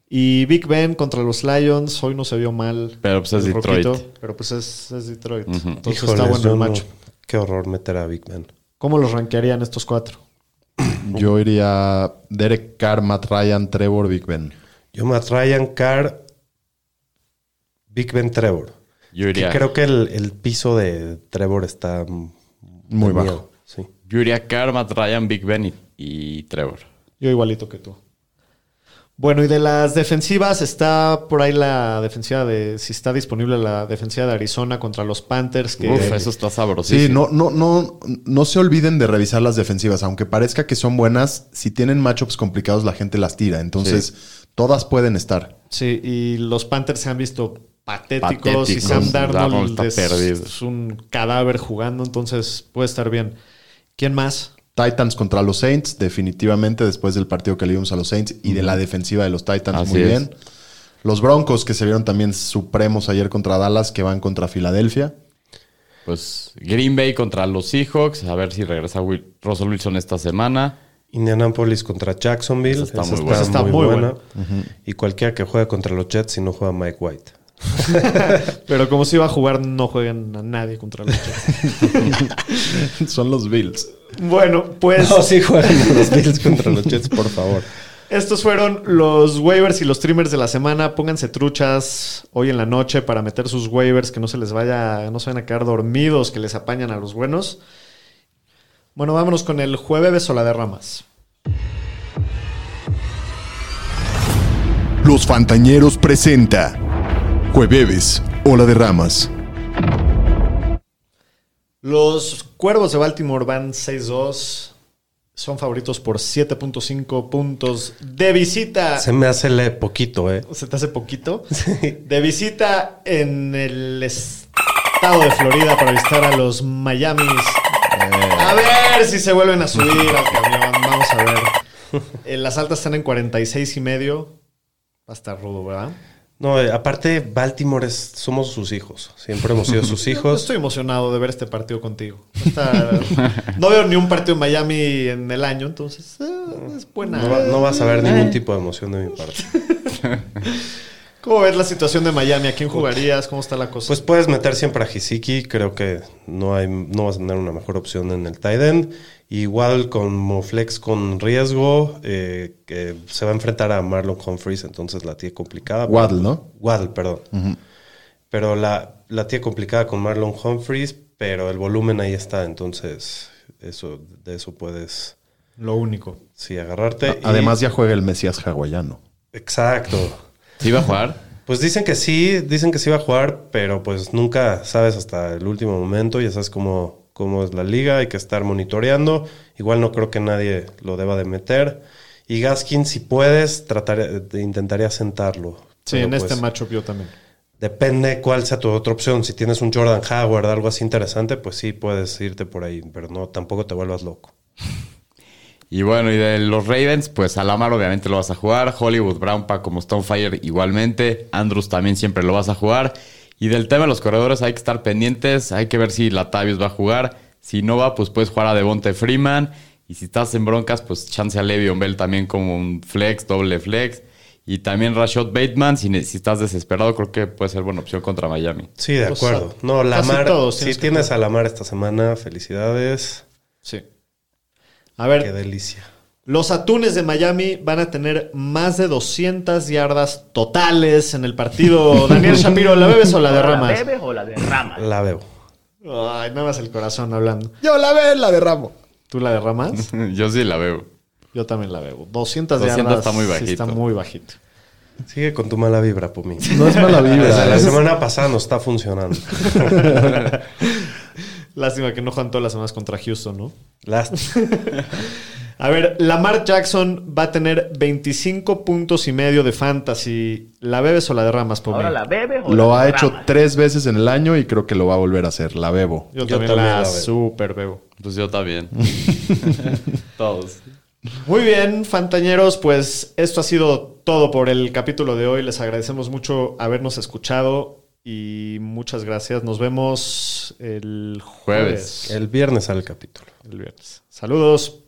Speaker 1: Y Big Ben contra los Lions, hoy no se vio mal.
Speaker 3: Pero, pues, es
Speaker 1: el
Speaker 3: Detroit.
Speaker 1: pero pues es, es Detroit.
Speaker 3: Ujú.
Speaker 1: Entonces
Speaker 2: Híjoles,
Speaker 1: está
Speaker 2: yo
Speaker 1: bueno el
Speaker 2: no-
Speaker 1: macho.
Speaker 2: Qué horror meter a Big Ben.
Speaker 1: ¿Cómo los rankearían estos cuatro?
Speaker 4: Yo iría Derek Carr, Matt Ryan, Trevor, Big Ben.
Speaker 2: Yo me Ryan Carr, Big Ben Trevor.
Speaker 3: Yo iría,
Speaker 2: Que creo que el, el piso de Trevor está mm,
Speaker 4: Muy
Speaker 2: de
Speaker 4: bajo.
Speaker 2: miedo, Sí.
Speaker 3: yo iría Karma, Ryan, Big Ben y, y Trevor.
Speaker 1: Yo igualito que tú. Bueno, y de las defensivas está por ahí la defensiva de, si está disponible la defensiva de Arizona contra los Panthers, que
Speaker 3: Uf, eso está sabrosísimo.
Speaker 4: Sí, no, no, no, no se olviden de revisar las defensivas. Aunque parezca que son buenas, si tienen matchups complicados, la gente las tira. Entonces, todas pueden estar.
Speaker 1: sí, y los Panthers se han visto patéticos, y
Speaker 3: Patéticos.
Speaker 1: Sam Darnold
Speaker 3: Darnold
Speaker 1: es,
Speaker 3: está perdido.
Speaker 1: es un cadáver jugando, entonces puede estar bien. ¿Quién más?
Speaker 4: Titans contra los Saints, definitivamente después del partido que le dimos a los Saints y de la defensiva de los Titans,
Speaker 3: Así
Speaker 4: muy
Speaker 3: es.
Speaker 4: bien. Los Broncos que se vieron también supremos ayer contra Dallas, que van contra Filadelfia.
Speaker 3: Pues Green Bay contra los Seahawks. A ver si regresa Will, Russell Wilson esta semana.
Speaker 2: Indianapolis contra Jacksonville.
Speaker 3: Esa está
Speaker 2: Esa
Speaker 3: muy
Speaker 2: está,
Speaker 3: buena.
Speaker 1: Esa está
Speaker 2: muy
Speaker 1: muy
Speaker 2: buena. Y cualquiera que juegue contra los Jets y no juega Mike White.
Speaker 1: Pero como si iba a jugar, no jueguen a nadie contra los Jets.
Speaker 4: Son los Bills.
Speaker 1: bueno, pues
Speaker 2: No, sí juegan los Bills contra los Jets, por favor.
Speaker 1: Estos fueron los waivers y los streamers de la semana. Pónganse truchas hoy en la noche para meter sus waivers, que no se les vaya, no se van a quedar dormidos, que les apañan a los buenos. Bueno, vámonos con el jueves o la de ramas.
Speaker 6: Los Fantañeros presenta Jueves, Ola de Ramas.
Speaker 1: Los cuervos de Baltimore van 6-2. Son favoritos por 7.5 puntos de visita.
Speaker 2: Se me hace le poquito, ¿eh?
Speaker 1: ¿Se te hace poquito? De visita en el estado de Florida para visitar a los Miamis. A ver si se vuelven a subir al camión. Vamos a ver. Eh, las altas están en 46 y medio. Va a estar rudo, ¿verdad?
Speaker 2: No, eh, aparte, Baltimore es, somos sus hijos. Siempre hemos sido sus
Speaker 1: Yo
Speaker 2: hijos.
Speaker 1: estoy emocionado de ver este partido contigo. Va a estar- no veo ni un partido en Miami en el año, entonces eh, es buena.
Speaker 2: No, va- no vas a ver ningún tipo de emoción de mi parte.
Speaker 1: ¿Cómo ves la situación de Miami? ¿A quién jugarías? ¿Cómo está la cosa?
Speaker 2: Pues puedes meter siempre a Hiziki, creo que no hay, no vas a tener una mejor opción en el tight end. Igual como flex con riesgo, eh, que se va a enfrentar a Marlon Humphries, entonces la tiene complicada.
Speaker 4: Waddle, ¿no?
Speaker 2: Waddle, perdón. Pero la, la tiene complicada con Marlon Humphries, pero el volumen ahí está, entonces eso, de eso puedes
Speaker 1: lo único.
Speaker 2: sí agarrarte. Y-
Speaker 4: Además, ya juega el Mesías hawaiano.
Speaker 2: exacto.
Speaker 3: ¿Sí va a jugar?
Speaker 2: Pues dicen que sí, dicen que sí va a jugar, pero pues nunca sabes hasta el último momento, ya sabes cómo, cómo es la liga, hay que estar monitoreando. Igual no creo que nadie lo deba de meter. Y Gaskin, si puedes, tratar, de- intentaría sentarlo.
Speaker 1: Sí,
Speaker 2: Pero,
Speaker 1: en este
Speaker 2: pues,
Speaker 1: matchup yo también.
Speaker 2: Depende cuál sea tu otra opción. Si tienes un Jordan Howard, algo así interesante, pues sí puedes irte por ahí, pero no, tampoco te vuelvas loco.
Speaker 3: Y bueno, y de los Ravens, pues Alamar obviamente lo vas a jugar. Hollywood Brown, Paco como Stonefire igualmente. Andrews también siempre lo vas a jugar. Y del tema de los corredores hay que estar pendientes. Hay que ver si Latavius va a jugar. Si no va, pues puedes jugar a Devonte Freeman. Y si estás en broncas, pues chance a Le'Veon Bell también como un flex, doble flex. Y también Rashad Bateman. Si, ne- si estás desesperado, creo que puede ser buena opción contra Miami.
Speaker 2: Sí, de
Speaker 1: Pues,
Speaker 2: acuerdo.
Speaker 1: a- casi
Speaker 2: No, Lamar,
Speaker 1: todos
Speaker 2: si
Speaker 1: tienes que
Speaker 2: tienes a Lamar esta semana, felicidades.
Speaker 1: Sí. A
Speaker 2: Qué
Speaker 1: ver,
Speaker 2: delicia.
Speaker 1: los atunes de Miami van a tener más de 200 yardas totales en el partido. Daniel Shapiro, ¿la bebes o la derramas?
Speaker 9: bebes o la derramas?
Speaker 2: La veo.
Speaker 1: Ay, nada más el corazón hablando.
Speaker 4: Yo la ve, la derramo.
Speaker 1: ¿Tú la derramas?
Speaker 3: Yo sí la veo.
Speaker 1: Yo también la bebo. 200,
Speaker 3: 200
Speaker 1: yardas.
Speaker 3: está muy
Speaker 1: sí
Speaker 3: bajito.
Speaker 1: está muy bajito.
Speaker 2: Sigue con tu mala vibra, Pumi.
Speaker 4: No es mala
Speaker 2: Desde
Speaker 4: vibra. ¿eh?
Speaker 2: la
Speaker 4: es-
Speaker 2: semana pasada no está funcionando.
Speaker 1: Lástima que no juegan todas las semanas contra Houston, ¿no?
Speaker 2: Last.
Speaker 1: A ver, Lamar Jackson va a tener 25 puntos y medio de fantasy. ¿La bebes o la derramas, Pomi?
Speaker 9: Ahora la bebes o
Speaker 4: Lo
Speaker 9: la
Speaker 4: ha
Speaker 9: derramas?
Speaker 4: hecho tres veces en el año y creo que lo va a volver a hacer. La bebo.
Speaker 1: Yo,
Speaker 2: Yo
Speaker 1: también,
Speaker 2: también
Speaker 1: la,
Speaker 2: la bebo.
Speaker 1: super bebo.
Speaker 3: Pues yo también. Todos.
Speaker 1: Muy bien, fantañeros, pues esto ha sido todo por el capítulo de hoy. Les agradecemos mucho habernos escuchado y muchas gracias. Nos vemos el jueves.
Speaker 3: Jueves.
Speaker 2: El viernes al capítulo.
Speaker 1: El viernes. Saludos.